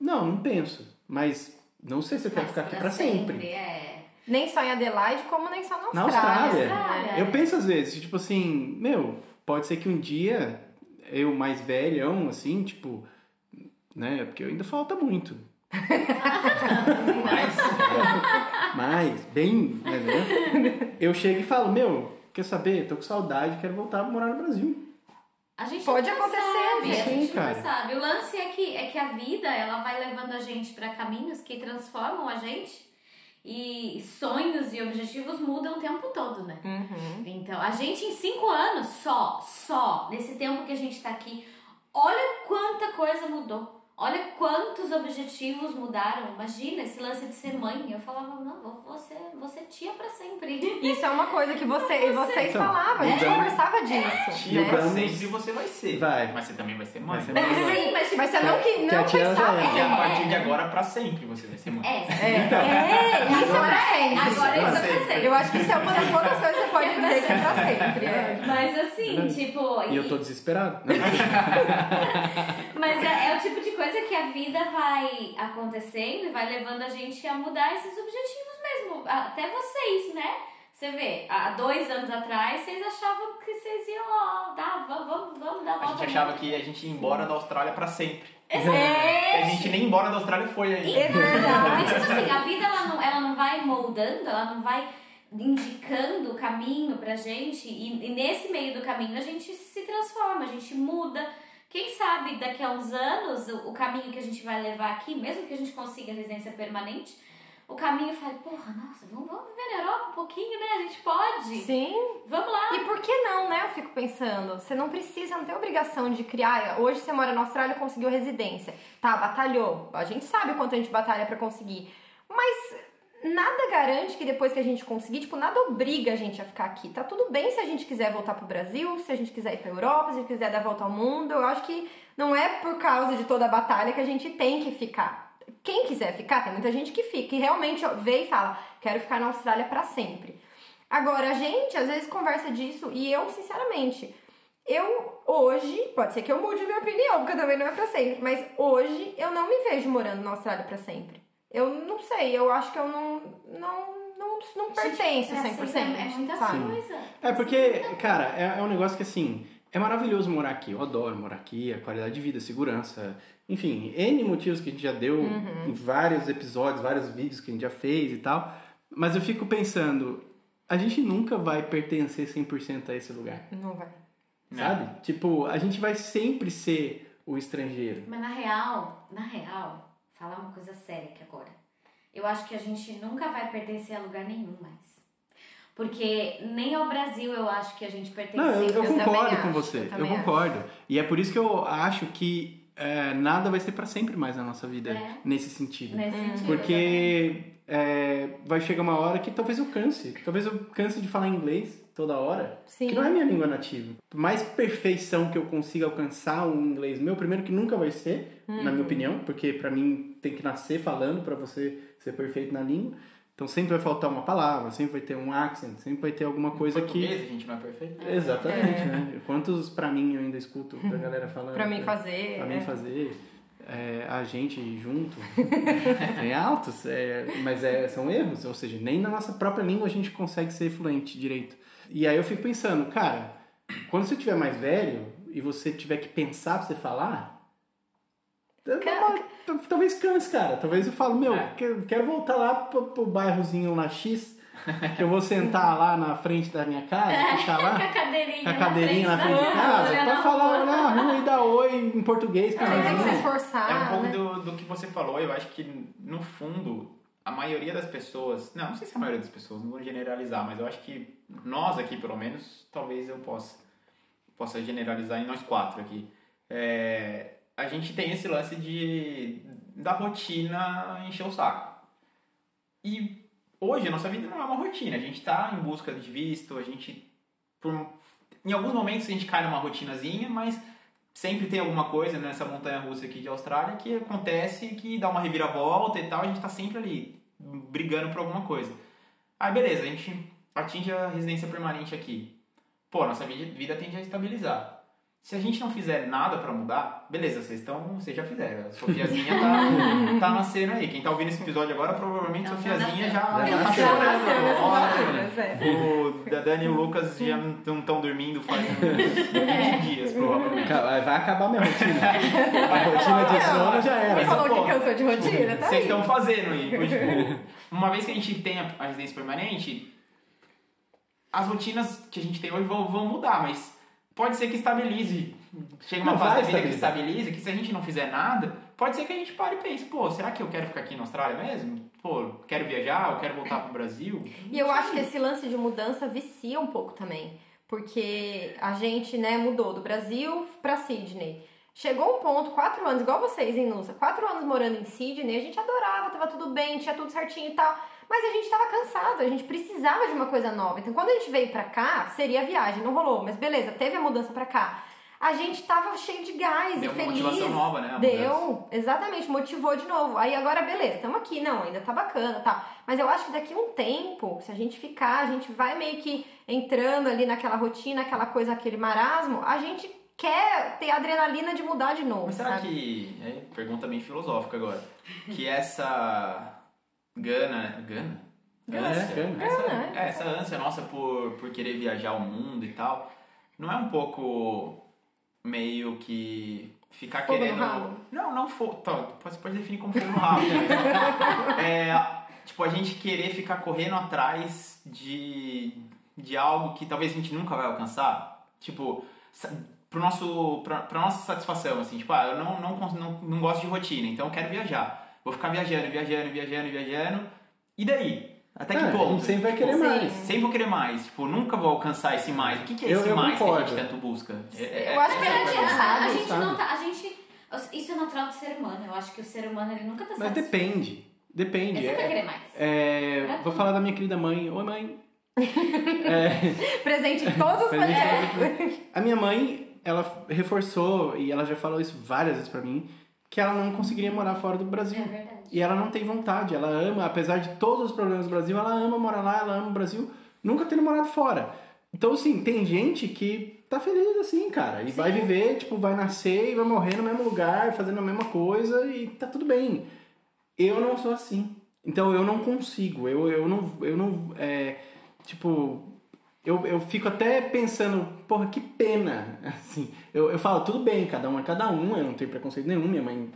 [SPEAKER 3] Não, não penso. Mas não sei se eu quero
[SPEAKER 4] Mas
[SPEAKER 3] ficar aqui pra sempre.
[SPEAKER 4] É.
[SPEAKER 2] Nem só em Adelaide, como nem só na
[SPEAKER 3] Na
[SPEAKER 2] Austrália.
[SPEAKER 3] Austrália.
[SPEAKER 2] né?
[SPEAKER 3] Eu penso às vezes, tipo assim, meu, pode ser que um dia eu mais velhão, assim, tipo, né? Porque ainda falta muito.
[SPEAKER 1] Mas,
[SPEAKER 3] Mas, bem, né? Eu chego e falo, meu, quer saber? Tô com saudade, quero voltar a morar no Brasil.
[SPEAKER 4] A gente
[SPEAKER 2] Pode
[SPEAKER 4] nunca
[SPEAKER 2] acontecer,
[SPEAKER 4] sabe, a
[SPEAKER 3] sim,
[SPEAKER 4] gente nunca
[SPEAKER 3] cara.
[SPEAKER 4] sabe. O lance é que, é que a vida ela vai levando a gente pra caminhos que transformam a gente e sonhos e objetivos mudam o tempo todo, né?
[SPEAKER 2] Uhum.
[SPEAKER 4] Então, a gente em cinco anos só, só, nesse tempo que a gente tá aqui, olha quanta coisa mudou. Olha quantos objetivos mudaram. Imagina esse lance de ser mãe. Eu falava, não, vou, vou, ser, vou ser tia pra sempre.
[SPEAKER 2] Isso é uma coisa que você, e vocês
[SPEAKER 3] Então, É,
[SPEAKER 2] falavam, a gente
[SPEAKER 3] mudando-
[SPEAKER 2] conversava disso. né?
[SPEAKER 1] tia, pra
[SPEAKER 3] Vamos-
[SPEAKER 1] sempre você vai ser.
[SPEAKER 3] Vai.
[SPEAKER 1] Mas você também vai ser mãe.
[SPEAKER 3] Vai ser
[SPEAKER 1] Vai
[SPEAKER 3] mãe.
[SPEAKER 1] ser mãe.
[SPEAKER 4] Sim, mas tipo,
[SPEAKER 2] Mas você não, que,
[SPEAKER 3] Que a
[SPEAKER 2] não
[SPEAKER 3] tia
[SPEAKER 2] pensava
[SPEAKER 3] já é.
[SPEAKER 1] E a
[SPEAKER 2] assim.
[SPEAKER 1] partir de agora, pra sempre, você vai ser mãe.
[SPEAKER 4] é,
[SPEAKER 2] É,
[SPEAKER 3] Então.
[SPEAKER 2] é, isso é pra sempre.
[SPEAKER 4] agora isso
[SPEAKER 1] Pra
[SPEAKER 4] é pra sempre.
[SPEAKER 2] Eu acho que isso é uma das poucas coisas que você pode dizer que é pra sempre. é.
[SPEAKER 4] Mas assim,
[SPEAKER 3] Verdade.
[SPEAKER 4] tipo.
[SPEAKER 3] E eu tô desesperado. né?
[SPEAKER 4] Mas é, é o tipo de coisa que a vida vai acontecendo e vai levando a gente a mudar esses objetivos mesmo. Até vocês, né? Você vê, há dois anos atrás vocês achavam que vocês iam, ó, tá, vamos, vamos, vamos dar a
[SPEAKER 1] A
[SPEAKER 4] volta.
[SPEAKER 1] gente achava que a gente ia embora da Austrália pra sempre.
[SPEAKER 4] É,
[SPEAKER 1] A gente nem embora da Austrália foi ainda.
[SPEAKER 2] É verdade.
[SPEAKER 4] Mas, tipo assim, a vida ela não, ela não vai moldando, ela não vai indicando o caminho pra gente. E, e nesse meio do caminho a gente se transforma, a gente muda. Quem sabe daqui a uns anos o, o caminho que a gente vai levar aqui, mesmo que a gente consiga residência permanente, o caminho fala, porra, nossa, vamos, vamos viver na Europa um pouquinho, né? A gente pode.
[SPEAKER 2] Sim.
[SPEAKER 4] Vamos lá.
[SPEAKER 2] E por que não, né? Eu fico pensando. Você não precisa, não tem obrigação de criar. "Ah, Hoje você mora na Austrália e conseguiu residência. Tá, batalhou. A gente sabe o quanto a gente batalha pra conseguir. Mas nada garante que depois que a gente conseguir, tipo, nada obriga a gente a ficar aqui. Tá tudo bem se a gente quiser voltar pro Brasil, se a gente quiser ir pra Europa, se a gente quiser dar a volta ao mundo. Eu acho que não é por causa de toda a batalha que a gente tem que ficar. Quem quiser ficar, tem muita gente que fica e realmente ó, vê e fala: quero ficar na Austrália pra sempre. Agora, a gente às vezes conversa disso e eu, sinceramente, eu hoje, pode ser que eu mude minha opinião, porque também não é pra sempre, mas hoje eu não me vejo morando na Austrália pra sempre. Eu não sei, eu acho que eu não, não, não, não pertenço
[SPEAKER 4] Pra
[SPEAKER 2] 100%.
[SPEAKER 4] sempre É muita
[SPEAKER 2] sabe?
[SPEAKER 4] coisa.
[SPEAKER 3] É porque, cara, é, é um negócio que assim, é maravilhoso morar aqui. Eu adoro morar aqui, a qualidade de vida, segurança, enfim, N motivos que a gente já deu
[SPEAKER 2] Uhum.
[SPEAKER 3] em vários episódios, vários vídeos que a gente já fez e tal. Mas eu fico pensando, a gente nunca vai pertencer 100% a esse
[SPEAKER 4] assim.
[SPEAKER 3] lugar,
[SPEAKER 2] Não vai. É.
[SPEAKER 1] Não.
[SPEAKER 3] sabe? Tipo, a gente vai sempre ser o estrangeiro.
[SPEAKER 4] Mas na real, na real, falar uma coisa séria aqui agora. Eu acho que a gente nunca vai pertencer a lugar nenhum mais. Porque nem ao Brasil eu acho que a gente pertence.
[SPEAKER 3] Não, eu, eu
[SPEAKER 2] eu também
[SPEAKER 3] concordo com
[SPEAKER 2] acho, eu
[SPEAKER 3] você, eu,
[SPEAKER 2] também
[SPEAKER 3] concordo. E é por isso que eu acho que é, nada vai ser pra sempre mais na nossa vida,
[SPEAKER 4] É.
[SPEAKER 3] nesse sentido.
[SPEAKER 4] nesse sentido.
[SPEAKER 3] Porque é, vai chegar uma hora que talvez eu canse. Talvez eu canse de falar inglês. toda hora,
[SPEAKER 2] Sim.
[SPEAKER 3] que não é minha língua nativa. Por mais perfeição que eu consiga alcançar o inglês meu, primeiro que nunca vai ser, na
[SPEAKER 2] Uhum.
[SPEAKER 3] minha opinião, porque pra mim tem que nascer falando pra você ser perfeito na língua. Então sempre vai faltar uma palavra, sempre vai ter um accent, sempre vai ter alguma
[SPEAKER 2] Um
[SPEAKER 3] coisa que
[SPEAKER 1] Português, a gente não é perfeito.
[SPEAKER 3] Exatamente, né? Quantos pra mim eu ainda escuto da galera falando?
[SPEAKER 2] É. Pra mim
[SPEAKER 3] né?
[SPEAKER 2] fazer.
[SPEAKER 3] Pra
[SPEAKER 2] é.
[SPEAKER 3] mim fazer. é, a gente junto tem altos, é, mas é, são erros, ou seja, nem na nossa própria língua a gente consegue ser fluente direito. E aí eu fico pensando, cara, quando você tiver mais velho e você tiver que pensar pra você falar, tá-
[SPEAKER 2] Ca-
[SPEAKER 3] tá- tá- talvez canse, cara. Talvez eu falo, meu,
[SPEAKER 1] É.
[SPEAKER 3] quero, quero voltar lá pro, pro bairrozinho lá X, que eu vou sentar lá na frente da minha casa,
[SPEAKER 2] É.
[SPEAKER 3] ficar lá
[SPEAKER 4] Com a cadeirinha,
[SPEAKER 3] a cadeirinha na
[SPEAKER 4] na né?
[SPEAKER 3] frente de casa
[SPEAKER 4] olhando
[SPEAKER 3] pra
[SPEAKER 4] a
[SPEAKER 3] falar
[SPEAKER 4] rua.
[SPEAKER 3] na rua e dar oi em português pra
[SPEAKER 2] Você tem que se
[SPEAKER 3] nós.
[SPEAKER 2] esforçar.
[SPEAKER 1] É um pouco
[SPEAKER 2] né?
[SPEAKER 1] do, do que você falou, eu acho que no fundo a maioria das pessoas, não, não sei se a maioria das pessoas, não vou generalizar, mas eu acho que nós aqui pelo menos, talvez eu possa possa generalizar em nós quatro aqui. É, a gente tem esse lance de da rotina encher o saco. E hoje a nossa vida não é uma rotina, a gente tá em busca de visto, a gente por- em alguns momentos a gente cai numa rotinazinha, mas sempre tem alguma coisa né, nessa montanha russa aqui de Austrália que acontece que dá uma reviravolta e tal, a gente tá sempre ali brigando por alguma coisa. Aí beleza, a gente atinge a residência permanente aqui. Pô, nossa vi- vida tende a estabilizar. Se a gente não fizer nada pra mudar, beleza, vocês estão, vocês já fizeram. A Sofiazinha tá, tá nascendo aí. Quem tá ouvindo esse episódio agora, provavelmente a
[SPEAKER 4] Ela já
[SPEAKER 1] Sofiazinha já,
[SPEAKER 3] nasceu.
[SPEAKER 1] já tá
[SPEAKER 2] Já
[SPEAKER 1] chorando.
[SPEAKER 2] nasceu
[SPEAKER 3] um
[SPEAKER 2] nessas
[SPEAKER 1] Ótimo.
[SPEAKER 2] alturas, é.
[SPEAKER 1] O da Dani e o Lucas já não estão dormindo faz uns
[SPEAKER 2] É.
[SPEAKER 1] 20 dias, provavelmente.
[SPEAKER 3] Cara, Vai acabar minha rotina. A rotina de sono já
[SPEAKER 2] Ele
[SPEAKER 3] era.
[SPEAKER 1] Mas,
[SPEAKER 2] falou
[SPEAKER 1] pô,
[SPEAKER 2] que cansou de rotina, tá
[SPEAKER 1] Vocês
[SPEAKER 2] aí.
[SPEAKER 1] estão fazendo aí. Tipo, uma vez que a gente tem a a residência permanente, as rotinas que a gente tem hoje vão, vão mudar, mas pode ser que estabilize. Chega uma
[SPEAKER 3] Não,
[SPEAKER 1] fase
[SPEAKER 3] vai
[SPEAKER 1] da vida que estabiliza, que se a gente não fizer nada, pode ser que a gente pare e pense, pô, será que eu quero ficar aqui na Austrália mesmo? Pô, quero viajar, eu quero voltar pro Brasil.
[SPEAKER 2] E eu acho que esse lance de mudança vicia um pouco também. Porque a gente, né, mudou do Brasil pra Sydney. Chegou um ponto, quatro anos, igual vocês, hein, Nusa? Quatro anos morando em Sydney, a gente adorava, tava tudo bem, tinha tudo certinho e tal. Mas a gente tava cansado, a gente precisava de uma coisa nova. Então, quando a gente veio pra cá, seria a viagem, não rolou. Mas beleza, teve a mudança pra cá. A gente tava cheio de gás
[SPEAKER 1] Deu
[SPEAKER 2] e
[SPEAKER 1] uma
[SPEAKER 2] feliz.
[SPEAKER 1] motivação nova, né? a mudança.
[SPEAKER 2] Deu, exatamente, motivou de novo. Aí agora, beleza, estamos aqui, não, ainda tá bacana, tá. Mas eu acho que daqui a um tempo, se a gente ficar, a gente vai meio que entrando ali naquela rotina, aquela coisa, aquele marasmo, a gente quer ter a adrenalina de mudar de novo,
[SPEAKER 1] Mas será
[SPEAKER 2] sabe?
[SPEAKER 1] que. É, pergunta bem filosófica agora. Que essa. Gana. Gana?
[SPEAKER 3] Gana.
[SPEAKER 1] Ânsia,
[SPEAKER 3] Gana.
[SPEAKER 1] Essa,
[SPEAKER 2] Gana, né?
[SPEAKER 1] é, essa ânsia nossa por, por querer viajar o mundo e tal. Não é um pouco. meio que. ficar
[SPEAKER 2] Fogo no
[SPEAKER 1] querendo.
[SPEAKER 2] rabo?
[SPEAKER 1] Não, não fogo. Tá, você pode definir como fogo no rabo. né? é, tipo, a gente querer ficar correndo atrás de, de algo que talvez a gente nunca vai alcançar. Tipo, sa- pro nosso, pra, pra nossa satisfação, assim. Tipo, ah, eu não, não, cons- não, não gosto de rotina, então eu quero viajar. Vou ficar viajando, viajando, viajando, viajando. E daí? Até que
[SPEAKER 3] Ah,
[SPEAKER 1] ponto?
[SPEAKER 3] a gente sempre vai querer
[SPEAKER 2] Sim.
[SPEAKER 3] mais.
[SPEAKER 1] Sempre vou querer mais. Tipo, nunca vou alcançar esse mais. O que, que é
[SPEAKER 3] Eu-
[SPEAKER 1] esse
[SPEAKER 3] eu
[SPEAKER 1] mais que
[SPEAKER 3] concordo.
[SPEAKER 1] a gente tanto busca? É-
[SPEAKER 2] Eu
[SPEAKER 1] é-
[SPEAKER 2] acho que
[SPEAKER 4] Mas
[SPEAKER 2] a
[SPEAKER 4] a
[SPEAKER 2] gente
[SPEAKER 4] gente-
[SPEAKER 2] sabe.
[SPEAKER 4] a gente
[SPEAKER 3] sabe.
[SPEAKER 4] não tá. A gente. Isso é natural do ser humano. Eu acho que o ser humano ele nunca tá
[SPEAKER 3] Mas
[SPEAKER 4] satisfeito.
[SPEAKER 3] depende.
[SPEAKER 4] Ele
[SPEAKER 3] Depende.
[SPEAKER 4] sempre vai
[SPEAKER 3] É,
[SPEAKER 4] querer mais.
[SPEAKER 3] é, vou falar da minha querida mãe. Oi, mãe.
[SPEAKER 2] Presente em todos os
[SPEAKER 3] Pra gente
[SPEAKER 2] podcasts.
[SPEAKER 3] A minha mãe, ela reforçou, e ela já falou isso várias vezes pra mim, que ela não conseguiria morar fora do Brasil.
[SPEAKER 4] É verdade.
[SPEAKER 3] E ela não tem vontade, ela ama, apesar de todos os problemas do Brasil, ela ama morar lá, ela ama o Brasil, nunca tendo morado fora. Então, assim, tem gente que tá feliz assim, cara, e vai viver, tipo, vai nascer e vai morrer no mesmo lugar, fazendo a mesma coisa e tá tudo bem. Eu não sou assim. Então, eu não consigo, eu, eu não, eu não, é, tipo, eu, eu fico até pensando, porra, que pena, assim, eu, eu falo, tudo bem, cada um é cada um, eu não tenho preconceito nenhum, minha mãe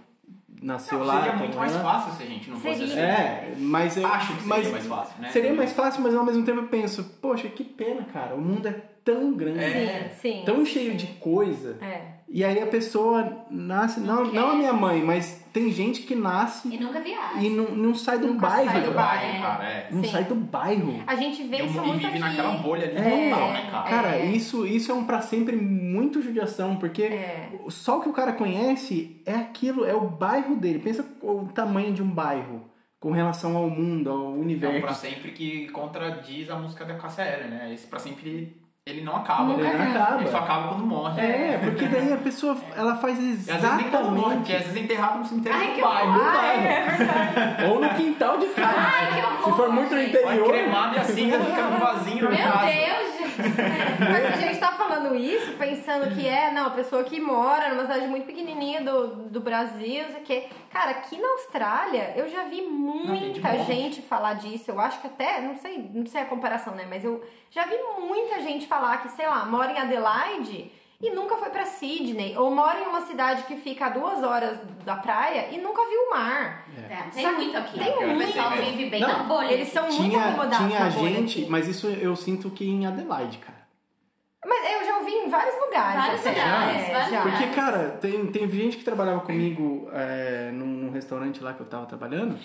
[SPEAKER 3] nasceu
[SPEAKER 1] Não,
[SPEAKER 3] lá.
[SPEAKER 1] seria
[SPEAKER 3] tá
[SPEAKER 1] muito mais
[SPEAKER 3] lá.
[SPEAKER 1] fácil se a gente não fosse
[SPEAKER 2] Seria.
[SPEAKER 1] assim.
[SPEAKER 3] É, mas eu.
[SPEAKER 1] Acho que seria
[SPEAKER 3] mas-
[SPEAKER 1] mais fácil, né?
[SPEAKER 3] Seria mais fácil, mas ao mesmo tempo eu penso, poxa, que pena, cara. O mundo é tão grande,
[SPEAKER 1] É.
[SPEAKER 2] Sim,
[SPEAKER 3] tão
[SPEAKER 2] sim,
[SPEAKER 3] cheio
[SPEAKER 2] sim.
[SPEAKER 3] de coisa.
[SPEAKER 2] É.
[SPEAKER 3] E aí a pessoa nasce, não,
[SPEAKER 4] Não
[SPEAKER 3] não a
[SPEAKER 4] quer.
[SPEAKER 3] minha mãe, mas tem gente que
[SPEAKER 4] E
[SPEAKER 3] nasce
[SPEAKER 4] nunca viaja.
[SPEAKER 3] e não, não sai do
[SPEAKER 2] Nunca
[SPEAKER 3] bairro.
[SPEAKER 2] sai do
[SPEAKER 1] do
[SPEAKER 3] cara.
[SPEAKER 1] bairro,
[SPEAKER 4] É.
[SPEAKER 1] cara. É.
[SPEAKER 3] Não
[SPEAKER 2] Sim.
[SPEAKER 3] sai do bairro.
[SPEAKER 2] A gente vê
[SPEAKER 1] E,
[SPEAKER 2] isso
[SPEAKER 1] e
[SPEAKER 2] muito
[SPEAKER 1] vive
[SPEAKER 2] aqui.
[SPEAKER 1] naquela bolha ali
[SPEAKER 3] É.
[SPEAKER 1] total, né, cara?
[SPEAKER 3] Cara,
[SPEAKER 2] É.
[SPEAKER 3] isso, isso é um pra sempre muito judiação, porque
[SPEAKER 2] É.
[SPEAKER 3] só o que o cara conhece é aquilo, é o bairro dele. Pensa o tamanho de um bairro. com relação ao mundo, ao
[SPEAKER 1] É um pra
[SPEAKER 3] universo.
[SPEAKER 1] sempre que contradiz a música da Cássia Eller, né? Esse pra sempre ele não acaba.
[SPEAKER 3] Ele
[SPEAKER 1] né?
[SPEAKER 3] não
[SPEAKER 1] Ele só
[SPEAKER 3] acaba.
[SPEAKER 1] acaba quando morre.
[SPEAKER 3] É, porque daí a pessoa ela faz
[SPEAKER 1] E às vezes nem tá quando morre, porque
[SPEAKER 3] exatamente.
[SPEAKER 1] às vezes é enterrado no cemitério
[SPEAKER 4] Ai,
[SPEAKER 1] do
[SPEAKER 4] que
[SPEAKER 1] pai.
[SPEAKER 4] horror.
[SPEAKER 1] do pai.
[SPEAKER 2] Ai, é verdade.
[SPEAKER 3] Ou no quintal de casa.
[SPEAKER 4] Ai, que
[SPEAKER 3] Se
[SPEAKER 4] horror,
[SPEAKER 3] for muito no
[SPEAKER 4] gente.
[SPEAKER 1] Vai
[SPEAKER 3] interior.
[SPEAKER 1] cremado e assim, fica num vasinho
[SPEAKER 4] Meu
[SPEAKER 1] no caso.
[SPEAKER 4] Deus, gente.
[SPEAKER 2] Mas a gente tá falando isso pensando que é, não, a pessoa que mora numa cidade muito pequenininha do, do Brasil, não sei o quê. Cara, aqui na Austrália, eu já vi
[SPEAKER 1] tem de
[SPEAKER 2] muita
[SPEAKER 1] monte.
[SPEAKER 2] gente falar disso. Eu acho que até, não sei, não sei a comparação, né? Mas eu já vi muita gente falar que, sei lá, mora em Adelaide e nunca foi pra Sydney. Ou mora em uma cidade que fica a duas horas da praia e nunca viu o mar.
[SPEAKER 3] É.
[SPEAKER 4] Tá, tem
[SPEAKER 2] Sabe,
[SPEAKER 4] muito aqui.
[SPEAKER 2] tem um
[SPEAKER 4] O pessoal
[SPEAKER 1] muito.
[SPEAKER 4] vive bem
[SPEAKER 3] Não,
[SPEAKER 4] na bolha.
[SPEAKER 2] Eles são tá muito
[SPEAKER 3] Tinha,
[SPEAKER 2] acomodados
[SPEAKER 3] tinha
[SPEAKER 2] na bolha
[SPEAKER 3] gente,
[SPEAKER 2] aqui.
[SPEAKER 3] mas isso eu sinto que em Adelaide, cara.
[SPEAKER 2] Mas eu já ouvi em vários lugares.
[SPEAKER 4] Vários
[SPEAKER 2] até.
[SPEAKER 4] lugares,
[SPEAKER 2] É,
[SPEAKER 4] vários
[SPEAKER 2] já.
[SPEAKER 4] lugares.
[SPEAKER 3] Porque, cara, tem, tem gente que trabalhava comigo é, num, num restaurante lá que eu tava trabalhando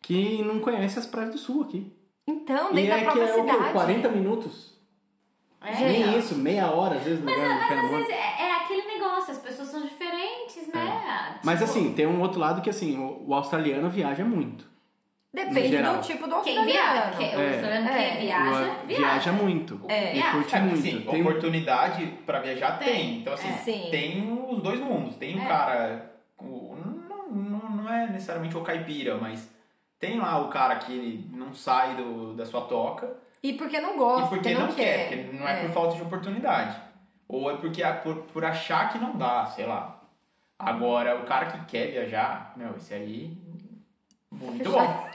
[SPEAKER 3] que não conhece as praias do sul aqui.
[SPEAKER 2] Então,
[SPEAKER 3] E
[SPEAKER 2] dentro da
[SPEAKER 3] é que
[SPEAKER 2] própria
[SPEAKER 3] é o quê?
[SPEAKER 2] cidade.
[SPEAKER 3] 40 minutos?
[SPEAKER 4] É.
[SPEAKER 3] Nem isso, né? meia hora, às vezes, no lugar do
[SPEAKER 4] Mas às
[SPEAKER 3] Pernambuco.
[SPEAKER 4] vezes é, é aquele negócio, as pessoas são diferentes, né?
[SPEAKER 3] Mas
[SPEAKER 4] Tipo,
[SPEAKER 3] assim, tem um outro lado que assim, o, o australiano viaja muito. No
[SPEAKER 2] Depende
[SPEAKER 3] geral.
[SPEAKER 2] do tipo do
[SPEAKER 4] Quem
[SPEAKER 2] australiano.
[SPEAKER 4] viaja, porque o
[SPEAKER 3] É.
[SPEAKER 4] australiano
[SPEAKER 2] É.
[SPEAKER 4] que viaja,
[SPEAKER 3] O-
[SPEAKER 4] viaja.
[SPEAKER 3] muito.
[SPEAKER 4] O que
[SPEAKER 2] É.
[SPEAKER 3] E
[SPEAKER 4] viaja.
[SPEAKER 3] curte
[SPEAKER 1] É, porque,
[SPEAKER 3] muito.
[SPEAKER 1] assim,
[SPEAKER 3] Tem-
[SPEAKER 1] oportunidade pra viajar tem.
[SPEAKER 4] Tem.
[SPEAKER 1] Então, assim,
[SPEAKER 4] É.
[SPEAKER 2] Sim.
[SPEAKER 1] tem os dois mundos. Tem o
[SPEAKER 4] É.
[SPEAKER 1] cara. o- não, não, não é necessariamente o caipira, mas tem lá o cara que ele não sai do, da sua toca.
[SPEAKER 2] E porque não gosta,
[SPEAKER 1] e porque não, quer,
[SPEAKER 2] quer.
[SPEAKER 1] porque não é, por falta de oportunidade. Ou é porque é por, por achar que não dá, sei lá. Agora, o cara que quer viajar, meu, esse aí. Muito bom.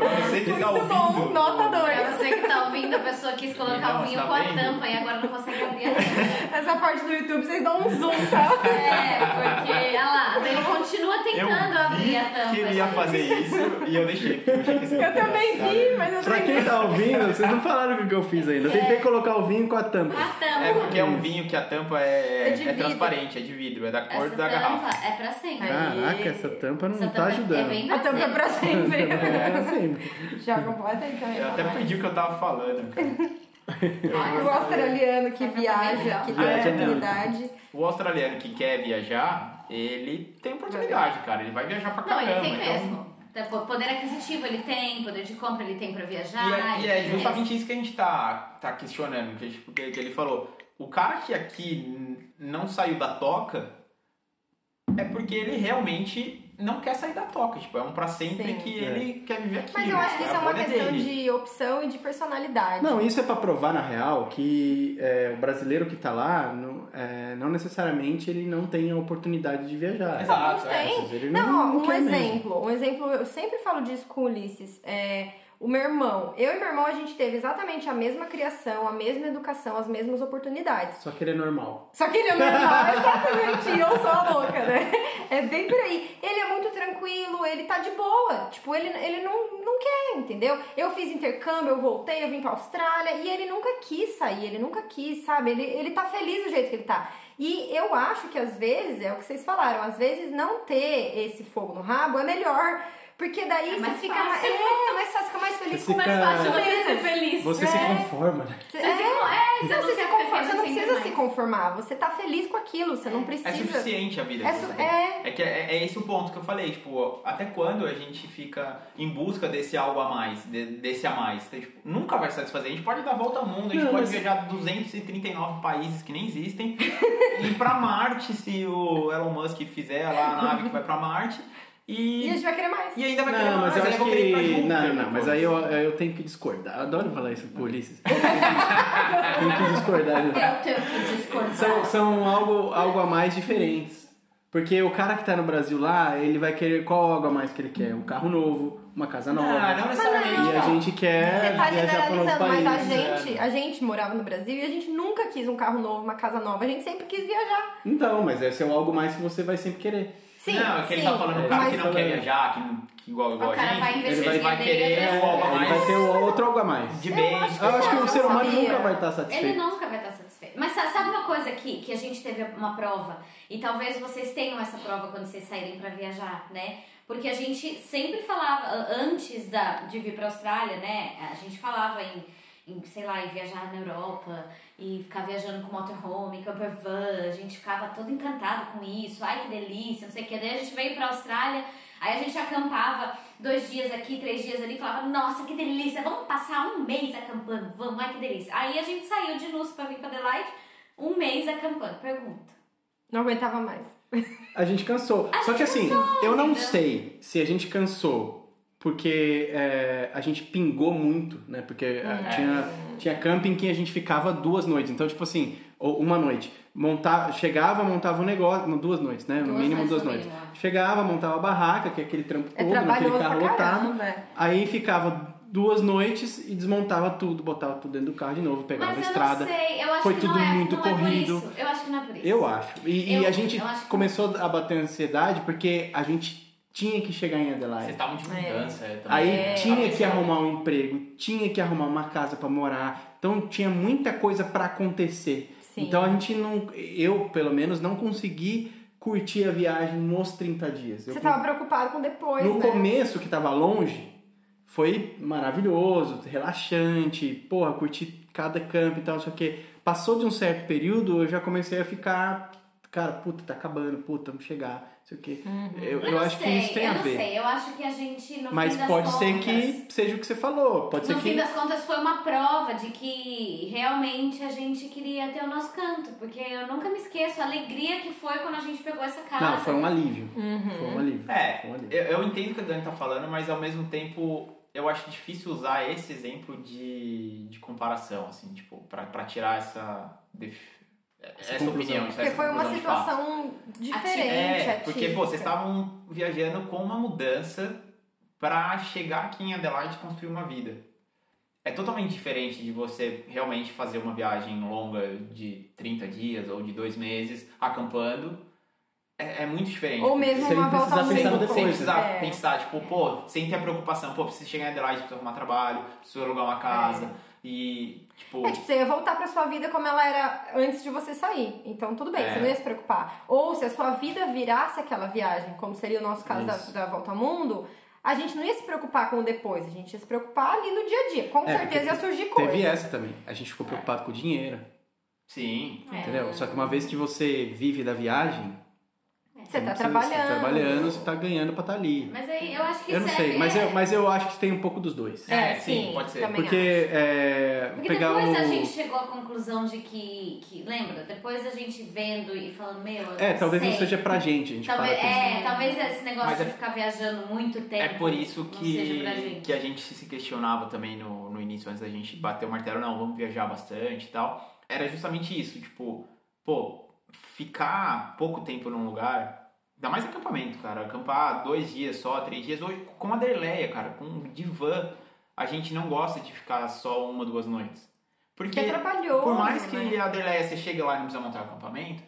[SPEAKER 1] Então você que tá
[SPEAKER 2] Muito bom,
[SPEAKER 1] ouvindo.
[SPEAKER 2] nota dois.
[SPEAKER 4] Pra você que tá ouvindo, a pessoa quis colocar
[SPEAKER 1] Não,
[SPEAKER 4] o vinho
[SPEAKER 1] tá
[SPEAKER 4] com a
[SPEAKER 1] vendo?
[SPEAKER 4] tampa e agora não consegue abrir a tampa.
[SPEAKER 2] Essa parte do YouTube vocês dão um zoom, tá?
[SPEAKER 4] É, porque, olha lá, ele continua tentando abrir a tampa.
[SPEAKER 1] que ele ia
[SPEAKER 4] gente.
[SPEAKER 1] fazer isso e eu deixei. porque Eu, achei que isso ia
[SPEAKER 2] Eu
[SPEAKER 1] ficar
[SPEAKER 2] também
[SPEAKER 1] engraçado.
[SPEAKER 2] vi, mas eu
[SPEAKER 3] Pra
[SPEAKER 2] também
[SPEAKER 3] quem tá ouvindo, vocês não falaram o que que eu fiz ainda. Eu
[SPEAKER 4] É.
[SPEAKER 3] tentei colocar o vinho com a tampa.
[SPEAKER 4] A tampa.
[SPEAKER 1] É porque é um vinho que a tampa
[SPEAKER 2] É
[SPEAKER 1] é,
[SPEAKER 2] de
[SPEAKER 1] é
[SPEAKER 2] vidro.
[SPEAKER 1] transparente, é de vidro, é da cor
[SPEAKER 4] Essa
[SPEAKER 1] da
[SPEAKER 4] tampa
[SPEAKER 1] garrafa.
[SPEAKER 4] é pra sempre.
[SPEAKER 3] Caraca, essa tampa não
[SPEAKER 4] Essa
[SPEAKER 3] tá
[SPEAKER 4] tampa
[SPEAKER 3] ajudando.
[SPEAKER 4] É bem
[SPEAKER 2] A tampa é
[SPEAKER 4] sempre.
[SPEAKER 2] pra sempre.
[SPEAKER 3] É, sempre.
[SPEAKER 2] Já completa então.
[SPEAKER 1] Eu até perdi o que eu tava falando, cara.
[SPEAKER 2] O australiano que viaja, é que tem
[SPEAKER 3] Viaja muito.
[SPEAKER 2] oportunidade.
[SPEAKER 1] O australiano que quer viajar, ele tem oportunidade, cara. Ele vai viajar pra
[SPEAKER 4] Não,
[SPEAKER 1] caramba.
[SPEAKER 4] ele tem
[SPEAKER 1] então-
[SPEAKER 4] mesmo. Então, Poder aquisitivo ele tem, poder de compra ele tem pra
[SPEAKER 1] E
[SPEAKER 4] viajar.
[SPEAKER 1] é, e
[SPEAKER 4] ele
[SPEAKER 1] é
[SPEAKER 4] tem
[SPEAKER 1] justamente isso que a gente tá, tá questionando, que, a gente- porque que ele falou. O cara que aqui n- não saiu da toca é porque ele realmente não quer sair da toca. Tipo, é um pra sempre
[SPEAKER 2] Sim.
[SPEAKER 1] que
[SPEAKER 3] É.
[SPEAKER 1] ele quer viver aqui. né?
[SPEAKER 2] Mas eu acho que isso é uma questão
[SPEAKER 1] dele.
[SPEAKER 2] de opção e de personalidade.
[SPEAKER 3] Não, isso é pra provar, na real, que é, o brasileiro que tá lá, não, é, não necessariamente ele não tem a oportunidade de viajar.
[SPEAKER 1] Exato.
[SPEAKER 2] Alguns
[SPEAKER 1] é,
[SPEAKER 2] têm.
[SPEAKER 3] Às vezes ele
[SPEAKER 2] Não, ó, um
[SPEAKER 3] quer mesmo.
[SPEAKER 2] exemplo. Um exemplo, eu sempre falo disso com o Ulisses. É, o meu irmão, eu e meu irmão, a gente teve exatamente a mesma criação, a mesma educação, as mesmas oportunidades.
[SPEAKER 3] Só que ele é normal.
[SPEAKER 2] Só que ele é meu irmão, exatamente. E eu sou a louca, né? É bem por aí. Ele é muito tranquilo, ele tá de boa. Tipo, ele, ele não, não quer, entendeu? Eu fiz intercâmbio, eu voltei, eu vim pra Austrália e ele nunca quis sair, ele nunca quis, sabe? Ele, ele tá feliz do jeito que ele tá. E eu acho que às vezes, é o que vocês falaram, às vezes não ter esse fogo no rabo é melhor. Porque daí
[SPEAKER 4] É
[SPEAKER 2] você
[SPEAKER 4] mais
[SPEAKER 2] fica.
[SPEAKER 4] fácil.
[SPEAKER 2] É, mais fácil, fica mais feliz
[SPEAKER 3] Você
[SPEAKER 2] com
[SPEAKER 4] Mais fácil
[SPEAKER 1] né?
[SPEAKER 2] Fica-
[SPEAKER 4] você ser feliz.
[SPEAKER 3] Você se conforma, né?
[SPEAKER 4] Você se con- é,
[SPEAKER 2] Não, Então você,
[SPEAKER 4] quer
[SPEAKER 2] se
[SPEAKER 4] ficar
[SPEAKER 2] conforma,
[SPEAKER 4] feliz
[SPEAKER 2] você não
[SPEAKER 4] sempre
[SPEAKER 2] precisa se
[SPEAKER 4] mais.
[SPEAKER 2] conformar, você tá feliz com aquilo, você não
[SPEAKER 1] É
[SPEAKER 2] precisa.
[SPEAKER 1] suficiente a vida.
[SPEAKER 2] É
[SPEAKER 1] que
[SPEAKER 2] su-
[SPEAKER 1] você tem.
[SPEAKER 2] é.
[SPEAKER 1] É que é, é esse o ponto que eu falei, tipo, até quando a gente fica em busca desse algo a mais, de- desse a mais? Então, tipo, nunca vai satisfazer. A gente pode dar a volta ao mundo, a gente
[SPEAKER 3] Não,
[SPEAKER 1] pode
[SPEAKER 3] mas-
[SPEAKER 1] viajar 239 países que nem existem, ir pra Marte, se o Elon Musk fizer lá a nave que vai pra Marte,
[SPEAKER 2] E a
[SPEAKER 1] e,
[SPEAKER 2] gente vai querer mais.
[SPEAKER 1] e ainda vai querer
[SPEAKER 3] Não,
[SPEAKER 1] mais.
[SPEAKER 3] mas eu
[SPEAKER 1] aí
[SPEAKER 3] acho
[SPEAKER 1] vou querer ir pra né,
[SPEAKER 3] que.
[SPEAKER 1] Júpiter
[SPEAKER 3] Não, não, mas
[SPEAKER 1] depois.
[SPEAKER 3] aí eu, eu tenho que discordar. Eu adoro falar isso pro Ulisses. tenho que discordar. né?
[SPEAKER 4] Eu tenho que discordar.
[SPEAKER 3] São, são algo, algo a mais diferentes. Porque o cara que tá no Brasil lá, ele vai querer qual algo a mais que ele quer? Um carro novo, uma casa
[SPEAKER 1] Não,
[SPEAKER 3] nova.
[SPEAKER 1] não necessariamente.
[SPEAKER 3] E a
[SPEAKER 1] não.
[SPEAKER 3] gente quer
[SPEAKER 1] né?
[SPEAKER 2] Você tá
[SPEAKER 3] É, viajar para outro
[SPEAKER 2] generalizando, mas a
[SPEAKER 3] país. é.
[SPEAKER 2] gente, a gente morava no Brasil e a gente nunca quis um carro novo, uma casa nova, a gente sempre quis viajar.
[SPEAKER 3] Então, mas esse é o algo mais que você vai sempre querer.
[SPEAKER 2] Sim,
[SPEAKER 1] não, é que ele
[SPEAKER 2] sim,
[SPEAKER 1] tá falando o cara
[SPEAKER 2] mas-
[SPEAKER 1] que não quer viajar, que, não- que igual, igual
[SPEAKER 4] O cara
[SPEAKER 1] a gente,
[SPEAKER 4] vai investir
[SPEAKER 1] ele vai
[SPEAKER 4] dinheiro dele em
[SPEAKER 1] querer
[SPEAKER 4] outras
[SPEAKER 1] É, o algo a
[SPEAKER 3] É,
[SPEAKER 4] coisas.
[SPEAKER 1] mais
[SPEAKER 3] Ele vai ter o outro algo a mais.
[SPEAKER 1] de bens.
[SPEAKER 3] Eu acho que o
[SPEAKER 2] Eu
[SPEAKER 3] ser humano
[SPEAKER 2] sabia.
[SPEAKER 3] nunca vai tá estar
[SPEAKER 4] Ele
[SPEAKER 3] satisfeito.
[SPEAKER 4] nunca vai estar satisfeito. Mas sa- sabe uma coisa aqui? Que a gente teve uma prova, e talvez vocês tenham essa prova quando vocês saírem pra viajar, né? Porque a gente sempre falava, a- antes da, de vir pra Austrália, né? A gente falava em, em, sei lá, em viajar na Europa, e ficar viajando com motorhome, camper van, a gente ficava todo encantado com isso, ai que delícia, não sei o que. Daí a gente veio pra Austrália, aí a gente acampava dois dias aqui, três dias ali, falava, nossa, que delícia, vamos passar um mês acampando, vamos, ai que delícia. Aí a gente saiu de Nusa pra vir pra Adelaide, um mês acampando, pergunta.
[SPEAKER 2] Não aguentava mais. É
[SPEAKER 3] A gente cansou.
[SPEAKER 4] A
[SPEAKER 3] Só que
[SPEAKER 4] gente
[SPEAKER 3] assim,
[SPEAKER 4] cansou,
[SPEAKER 3] eu não
[SPEAKER 4] amiga.
[SPEAKER 3] sei se a gente cansou porque é, a gente pingou muito, né? Porque é, tinha, tinha camping que a gente ficava duas noites. Então, tipo assim, ou uma noite. Monta, chegava, montava um negócio. não, Duas noites, né? No
[SPEAKER 4] Duas
[SPEAKER 3] mínimo
[SPEAKER 4] noites,
[SPEAKER 3] duas
[SPEAKER 4] no
[SPEAKER 3] noites.
[SPEAKER 4] mínimo, é.
[SPEAKER 3] Chegava, montava a barraca, que é aquele trampo
[SPEAKER 2] É
[SPEAKER 3] todo, naquele
[SPEAKER 2] trabalhoso
[SPEAKER 3] carro
[SPEAKER 2] pra
[SPEAKER 3] lotado.
[SPEAKER 2] caramba. é.
[SPEAKER 3] Aí ficava duas noites e desmontava tudo, botava tudo dentro do carro de novo, pegava
[SPEAKER 4] Mas
[SPEAKER 3] a
[SPEAKER 4] eu
[SPEAKER 3] estrada.
[SPEAKER 4] não sei, eu acho
[SPEAKER 3] Foi
[SPEAKER 4] que
[SPEAKER 3] tudo
[SPEAKER 4] não é,
[SPEAKER 3] muito
[SPEAKER 4] não
[SPEAKER 3] corrido.
[SPEAKER 4] É por isso. Eu acho que não é por isso.
[SPEAKER 3] Eu acho. E,
[SPEAKER 4] Eu-
[SPEAKER 3] e a gente
[SPEAKER 4] eu acho que-
[SPEAKER 3] começou a bater ansiedade porque a gente tinha que chegar em
[SPEAKER 1] Vocês
[SPEAKER 3] Adelaide.
[SPEAKER 1] estavam de mudança. é, também.
[SPEAKER 3] Aí
[SPEAKER 1] É,
[SPEAKER 3] tinha
[SPEAKER 1] talvez
[SPEAKER 3] que
[SPEAKER 1] não.
[SPEAKER 3] arrumar um emprego, tinha que arrumar uma casa pra morar. Então tinha muita coisa pra acontecer.
[SPEAKER 2] Sim.
[SPEAKER 3] Então a gente não, eu pelo menos não consegui curtir a viagem nos 30 dias. Eu
[SPEAKER 2] Você tava preocupado com depois,
[SPEAKER 3] no
[SPEAKER 2] né?
[SPEAKER 3] começo, que tava longe, foi maravilhoso, relaxante, porra, curti cada campo e tal, não sei o quê. Passou de um certo período, eu já comecei a ficar, cara, puta, tá acabando, puta, vamos chegar, não sei o quê. Eu, eu
[SPEAKER 4] não
[SPEAKER 3] acho que
[SPEAKER 4] sei,
[SPEAKER 3] isso tem
[SPEAKER 4] eu
[SPEAKER 3] a
[SPEAKER 4] não
[SPEAKER 3] ver.
[SPEAKER 4] Sei. Eu acho que a gente, no
[SPEAKER 3] Mas
[SPEAKER 4] fim das
[SPEAKER 3] pode
[SPEAKER 4] contas,
[SPEAKER 3] ser que seja o que você falou, pode
[SPEAKER 4] No
[SPEAKER 3] ser
[SPEAKER 4] fim
[SPEAKER 3] que.
[SPEAKER 4] das contas, foi uma prova de que realmente a gente queria ter o nosso canto. Porque eu nunca me esqueço a alegria que foi quando a gente pegou essa casa.
[SPEAKER 3] Não, foi um alívio.
[SPEAKER 2] Uhum.
[SPEAKER 3] Foi um alívio.
[SPEAKER 1] É,
[SPEAKER 3] foi um alívio.
[SPEAKER 1] eu, eu entendo o que a Dani tá falando, mas ao mesmo tempo eu acho difícil usar esse exemplo de, de comparação, assim, tipo, pra, pra tirar essa, def- essa,
[SPEAKER 3] conclusão.
[SPEAKER 1] opinião. essa
[SPEAKER 2] Porque foi uma
[SPEAKER 1] conclusão de fato.
[SPEAKER 2] situação diferente.
[SPEAKER 1] É, porque pô,
[SPEAKER 2] atípica.
[SPEAKER 1] vocês estavam viajando com uma mudança pra chegar aqui em Adelaide e construir uma vida. É totalmente diferente de você realmente fazer uma viagem longa de 30 dias ou de dois meses acampando. É, é muito diferente.
[SPEAKER 2] Ou mesmo
[SPEAKER 3] Sem
[SPEAKER 2] uma volta
[SPEAKER 3] precisar
[SPEAKER 2] ao
[SPEAKER 1] Sem, sem
[SPEAKER 2] mundo.
[SPEAKER 3] pensar depois, né?
[SPEAKER 1] precisar
[SPEAKER 2] É.
[SPEAKER 1] pensar, tipo, pô, sem ter a preocupação, pô, preciso chegar em Adelaide, preciso arrumar trabalho, preciso alugar uma casa. E, tipo,
[SPEAKER 2] É, tipo, você ia voltar pra sua vida como ela era antes de você sair. Então, tudo bem,
[SPEAKER 1] É.
[SPEAKER 2] você não ia se preocupar. Ou se a sua vida virasse aquela viagem, como seria o nosso caso da,
[SPEAKER 3] Isso.
[SPEAKER 2] da volta ao mundo, a gente não ia se preocupar com o depois, a gente ia se preocupar ali no dia a dia. Com
[SPEAKER 3] É,
[SPEAKER 2] certeza ia surgir coisa.
[SPEAKER 3] Teve essa também. A gente ficou preocupado com o dinheiro,
[SPEAKER 1] sim.
[SPEAKER 4] É.
[SPEAKER 3] entendeu? Só que uma vez que você vive da viagem,
[SPEAKER 2] Você tá
[SPEAKER 3] não precisa-
[SPEAKER 2] trabalhando.
[SPEAKER 3] Você tá trabalhando, você tá ganhando pra estar ali.
[SPEAKER 4] Mas aí eu acho que é.
[SPEAKER 3] Eu não
[SPEAKER 4] serve-
[SPEAKER 3] sei, mas eu, mas eu acho que tem um pouco dos dois.
[SPEAKER 1] É, sim, pode ser.
[SPEAKER 2] também
[SPEAKER 3] Porque
[SPEAKER 2] acho.
[SPEAKER 3] é,
[SPEAKER 4] Porque
[SPEAKER 3] pegar
[SPEAKER 4] depois
[SPEAKER 3] o.
[SPEAKER 4] a gente chegou à conclusão de que, que. Lembra? Depois a gente vendo e falando, meu. eu
[SPEAKER 3] É,
[SPEAKER 4] não
[SPEAKER 3] talvez
[SPEAKER 4] sei.
[SPEAKER 3] não seja pra gente, a gente
[SPEAKER 4] Talvez,
[SPEAKER 3] para pensar.
[SPEAKER 4] é, talvez esse negócio
[SPEAKER 1] Mas
[SPEAKER 4] de
[SPEAKER 1] é-
[SPEAKER 4] ficar viajando muito tempo.
[SPEAKER 1] É por isso
[SPEAKER 4] não seja pra
[SPEAKER 1] que,
[SPEAKER 4] gente.
[SPEAKER 1] que a gente se questionava também no, no início, antes da gente bater o martelo, não, vamos viajar bastante e tal. Era justamente isso, tipo, pô, ficar pouco tempo num lugar, ainda mais acampamento, cara. Acampar dois dias só, três dias, hoje com a Derleia, cara, com um divã, a gente não gosta de ficar só uma, duas noites. Porque
[SPEAKER 2] Porque é trabalhoso.
[SPEAKER 1] por mais que
[SPEAKER 2] né?
[SPEAKER 1] a Adelaia você chegue lá e não precisa montar o acampamento,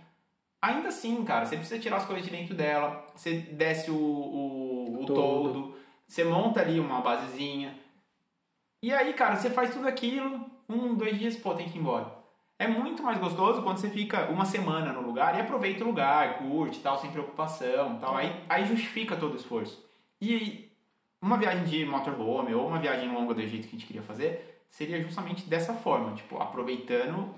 [SPEAKER 1] ainda assim, cara, você precisa tirar as coisas de dentro dela, você desce o, o, o
[SPEAKER 3] Todo.
[SPEAKER 1] todo, você monta ali uma basezinha. E aí, cara, você faz tudo aquilo, um, dois dias, pô, tem que ir embora. É muito mais gostoso quando você fica uma semana no lugar e aproveita o lugar, curte e tal, sem preocupação e tal. Aí, aí justifica todo o esforço. E uma viagem de motorhome ou uma viagem longa do jeito que a gente queria fazer seria justamente dessa forma, tipo, aproveitando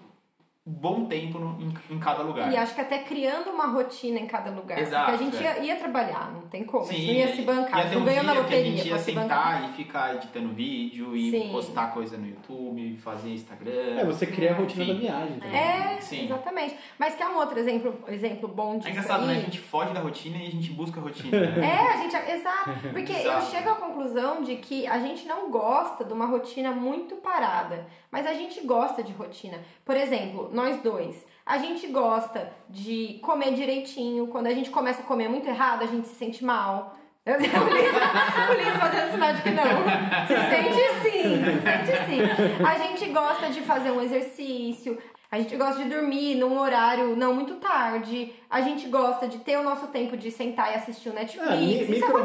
[SPEAKER 1] bom tempo no- em, em cada lugar.
[SPEAKER 2] E acho que até criando uma rotina em cada lugar.
[SPEAKER 1] É. Exato, é.
[SPEAKER 2] porque a gente ia, ia trabalhar, não tem como. a gente não ia se
[SPEAKER 1] ia
[SPEAKER 2] bancar.
[SPEAKER 1] ter
[SPEAKER 2] não
[SPEAKER 1] um
[SPEAKER 2] ganhou
[SPEAKER 1] dia
[SPEAKER 2] na
[SPEAKER 1] que a
[SPEAKER 2] loteria.
[SPEAKER 1] gente ia
[SPEAKER 2] pode se bancar.
[SPEAKER 1] sentar e ficar editando vídeo e
[SPEAKER 2] Sim.
[SPEAKER 1] postar coisa no YouTube, fazer Instagram.
[SPEAKER 3] É, você cria a rotina
[SPEAKER 1] Sim.
[SPEAKER 3] da viagem. tá também.
[SPEAKER 2] É,
[SPEAKER 1] Sim.
[SPEAKER 2] exatamente. Mas que é um outro exemplo, exemplo bom disso
[SPEAKER 1] É engraçado,
[SPEAKER 2] aí.
[SPEAKER 1] né? A gente foge da rotina e a gente busca a rotina. né?
[SPEAKER 2] É, a gente. Exato. Porque eu
[SPEAKER 1] Exato.
[SPEAKER 2] chego à conclusão de que a gente não gosta de uma rotina muito parada. Mas a gente gosta de rotina. Por exemplo, nós dois. A gente gosta de comer direitinho. Quando a gente começa a comer muito errado, a gente se sente mal. Eu- O Liz o Liz fazendo sinal de que não. Se sente sim, se sente sim. A gente gosta de fazer um exercício, a gente gosta de dormir num horário não muito tarde, a gente gosta de ter o nosso tempo de sentar e assistir o Netflix.
[SPEAKER 3] Ah, mi-
[SPEAKER 2] Isso é rotina.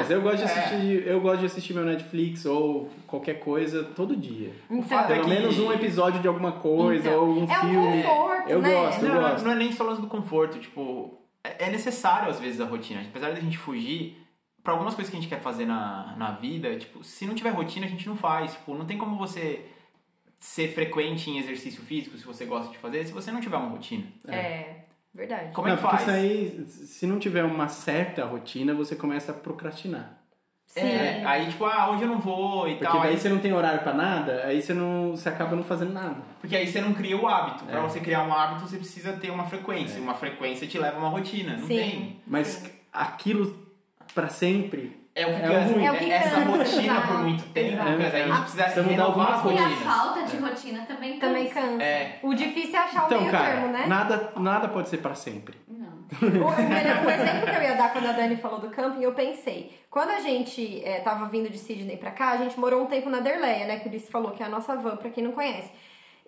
[SPEAKER 3] micro-rotinas. Eu gosto de
[SPEAKER 1] É.
[SPEAKER 3] assistir, eu gosto de assistir meu Netflix ou qualquer coisa todo dia.
[SPEAKER 1] fato
[SPEAKER 2] Então,
[SPEAKER 1] é
[SPEAKER 3] Pelo
[SPEAKER 1] que-
[SPEAKER 3] menos um episódio de alguma coisa
[SPEAKER 2] Então,
[SPEAKER 3] ou um
[SPEAKER 2] é um
[SPEAKER 3] filme.
[SPEAKER 2] conforto,
[SPEAKER 3] Eu
[SPEAKER 2] né?
[SPEAKER 3] gosto.
[SPEAKER 1] Não, não, não é nem só lance do conforto, tipo, é é necessário às vezes a rotina. Apesar da gente fugir, pra algumas coisas que a gente quer fazer na, na vida, tipo, se não tiver rotina, a gente não faz. Tipo, não tem como você ser frequente em exercício físico, se você gosta de fazer, se você não tiver uma rotina.
[SPEAKER 2] É, verdade.
[SPEAKER 1] Como é
[SPEAKER 3] Não,
[SPEAKER 1] que
[SPEAKER 3] porque
[SPEAKER 1] faz?
[SPEAKER 3] isso aí, se não tiver uma certa rotina, você começa a procrastinar.
[SPEAKER 2] Sim.
[SPEAKER 1] É, aí tipo, ah, hoje eu não vou e
[SPEAKER 3] Porque
[SPEAKER 1] tal.
[SPEAKER 3] daí
[SPEAKER 1] aí-
[SPEAKER 3] você não tem horário pra nada, aí você não, você acaba não fazendo nada.
[SPEAKER 1] porque aí você não cria o hábito. Pra
[SPEAKER 3] É.
[SPEAKER 1] você criar um hábito, você precisa ter uma frequência. Uma frequência te leva a uma rotina. Não
[SPEAKER 2] Sim.
[SPEAKER 1] tem.
[SPEAKER 3] Mas
[SPEAKER 2] Sim.
[SPEAKER 3] aquilo pra sempre.
[SPEAKER 1] É o que
[SPEAKER 3] É
[SPEAKER 1] cansa.
[SPEAKER 3] ruim.
[SPEAKER 2] É o que
[SPEAKER 1] Essa
[SPEAKER 2] cansa,
[SPEAKER 1] rotina por
[SPEAKER 2] exato.
[SPEAKER 1] muito tempo,
[SPEAKER 2] Exato.
[SPEAKER 1] cansa. A gente
[SPEAKER 3] Ah,
[SPEAKER 1] precisa
[SPEAKER 3] precisa mudar
[SPEAKER 1] renovar as
[SPEAKER 3] algumas
[SPEAKER 4] E a
[SPEAKER 1] rotinas.
[SPEAKER 4] falta
[SPEAKER 3] é.
[SPEAKER 4] de rotina também cansa.
[SPEAKER 2] Também cansa.
[SPEAKER 1] É.
[SPEAKER 2] O difícil é achar o
[SPEAKER 3] Então,
[SPEAKER 2] meio
[SPEAKER 3] cara,
[SPEAKER 2] termo, né?
[SPEAKER 3] nada, nada pode ser pra sempre.
[SPEAKER 4] Não.
[SPEAKER 2] O, o melhor- o exemplo que eu ia dar quando a Dani falou do camping, eu pensei. Quando a gente eh, tava vindo de Sydney pra cá, a gente morou um tempo na Derleia, né? Que o Ulisses falou, que é a nossa van, pra quem não conhece.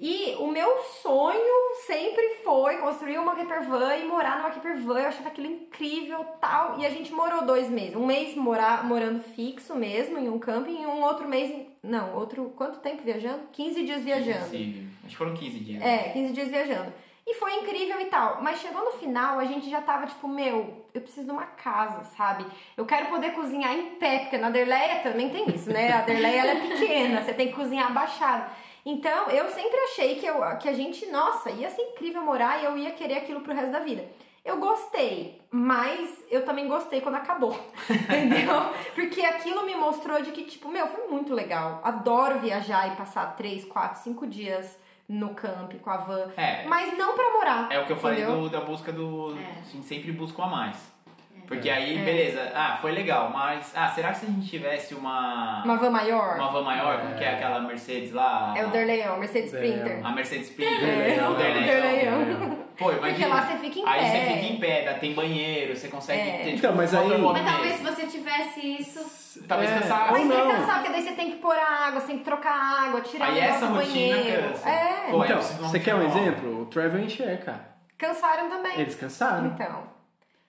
[SPEAKER 2] E o meu sonho sempre foi construir uma campervan e morar numa campervan. Eu achava aquilo incrível tal. E a gente morou dois meses. Um mês morar, morando fixo mesmo, em um camping. E um outro mês... em- Não, outro... Quanto tempo viajando? 15 dias viajando.
[SPEAKER 1] Sim, Acho que foram 15 dias.
[SPEAKER 2] É, 15 dias viajando. E foi incrível e tal. Mas chegou no final, a gente já tava tipo, meu, eu preciso de uma casa, sabe? Eu quero poder cozinhar em pé, porque na Derleia também tem isso, né? A Derleia ela é pequena, você tem que cozinhar abaixado. Então, eu sempre achei que, eu, que a gente, nossa, ia ser incrível morar e eu ia querer aquilo pro resto da vida. Eu gostei, mas eu também gostei quando acabou, entendeu? Porque aquilo me mostrou de que, tipo, meu, foi muito legal. Adoro viajar e passar 3, 4, 5 dias no camp com a van.
[SPEAKER 1] É,
[SPEAKER 2] Mas não pra morar.
[SPEAKER 1] é o que eu falei
[SPEAKER 2] Entendeu?
[SPEAKER 1] do- da busca do.
[SPEAKER 4] É.
[SPEAKER 1] A gente sempre busca um a mais.
[SPEAKER 2] É.
[SPEAKER 1] Porque aí, beleza, ah, foi legal, mas. Ah, será que se a gente tivesse uma.
[SPEAKER 2] Uma van maior.
[SPEAKER 1] uma van maior, como que é aquela Mercedes lá?
[SPEAKER 2] É o Derleão, Mercedes
[SPEAKER 3] Derleão.
[SPEAKER 2] Sprinter.
[SPEAKER 1] A Mercedes Sprinter. né?
[SPEAKER 3] É.
[SPEAKER 1] O
[SPEAKER 2] né?
[SPEAKER 1] Derleão.
[SPEAKER 3] Então,
[SPEAKER 1] Pô,
[SPEAKER 2] Porque
[SPEAKER 1] imagina.
[SPEAKER 2] lá você fica em
[SPEAKER 1] Aí
[SPEAKER 2] pé.
[SPEAKER 1] você fica em pé, dá- tem banheiro, você consegue
[SPEAKER 2] É.
[SPEAKER 1] ter. tipo,
[SPEAKER 3] Então, mas
[SPEAKER 1] um
[SPEAKER 3] aí-
[SPEAKER 1] autonomia.
[SPEAKER 4] Mas talvez se você tivesse isso.
[SPEAKER 1] Talvez
[SPEAKER 3] É,
[SPEAKER 1] cansasse.
[SPEAKER 2] Mas
[SPEAKER 3] ou
[SPEAKER 2] você
[SPEAKER 3] não.
[SPEAKER 2] cansado, porque daí você tem que pôr a água, você tem que trocar a água, tirar o
[SPEAKER 1] Aí
[SPEAKER 2] negócio
[SPEAKER 1] essa
[SPEAKER 2] do
[SPEAKER 1] rotina
[SPEAKER 2] banheiro.
[SPEAKER 1] cansa.
[SPEAKER 2] É,
[SPEAKER 1] Pô, aí
[SPEAKER 3] então,
[SPEAKER 1] precisa de uma
[SPEAKER 3] você quer um
[SPEAKER 1] rotina nova.
[SPEAKER 3] exemplo? O Travel and Share, cara.
[SPEAKER 2] cansaram também.
[SPEAKER 3] Eles cansaram.
[SPEAKER 2] Então.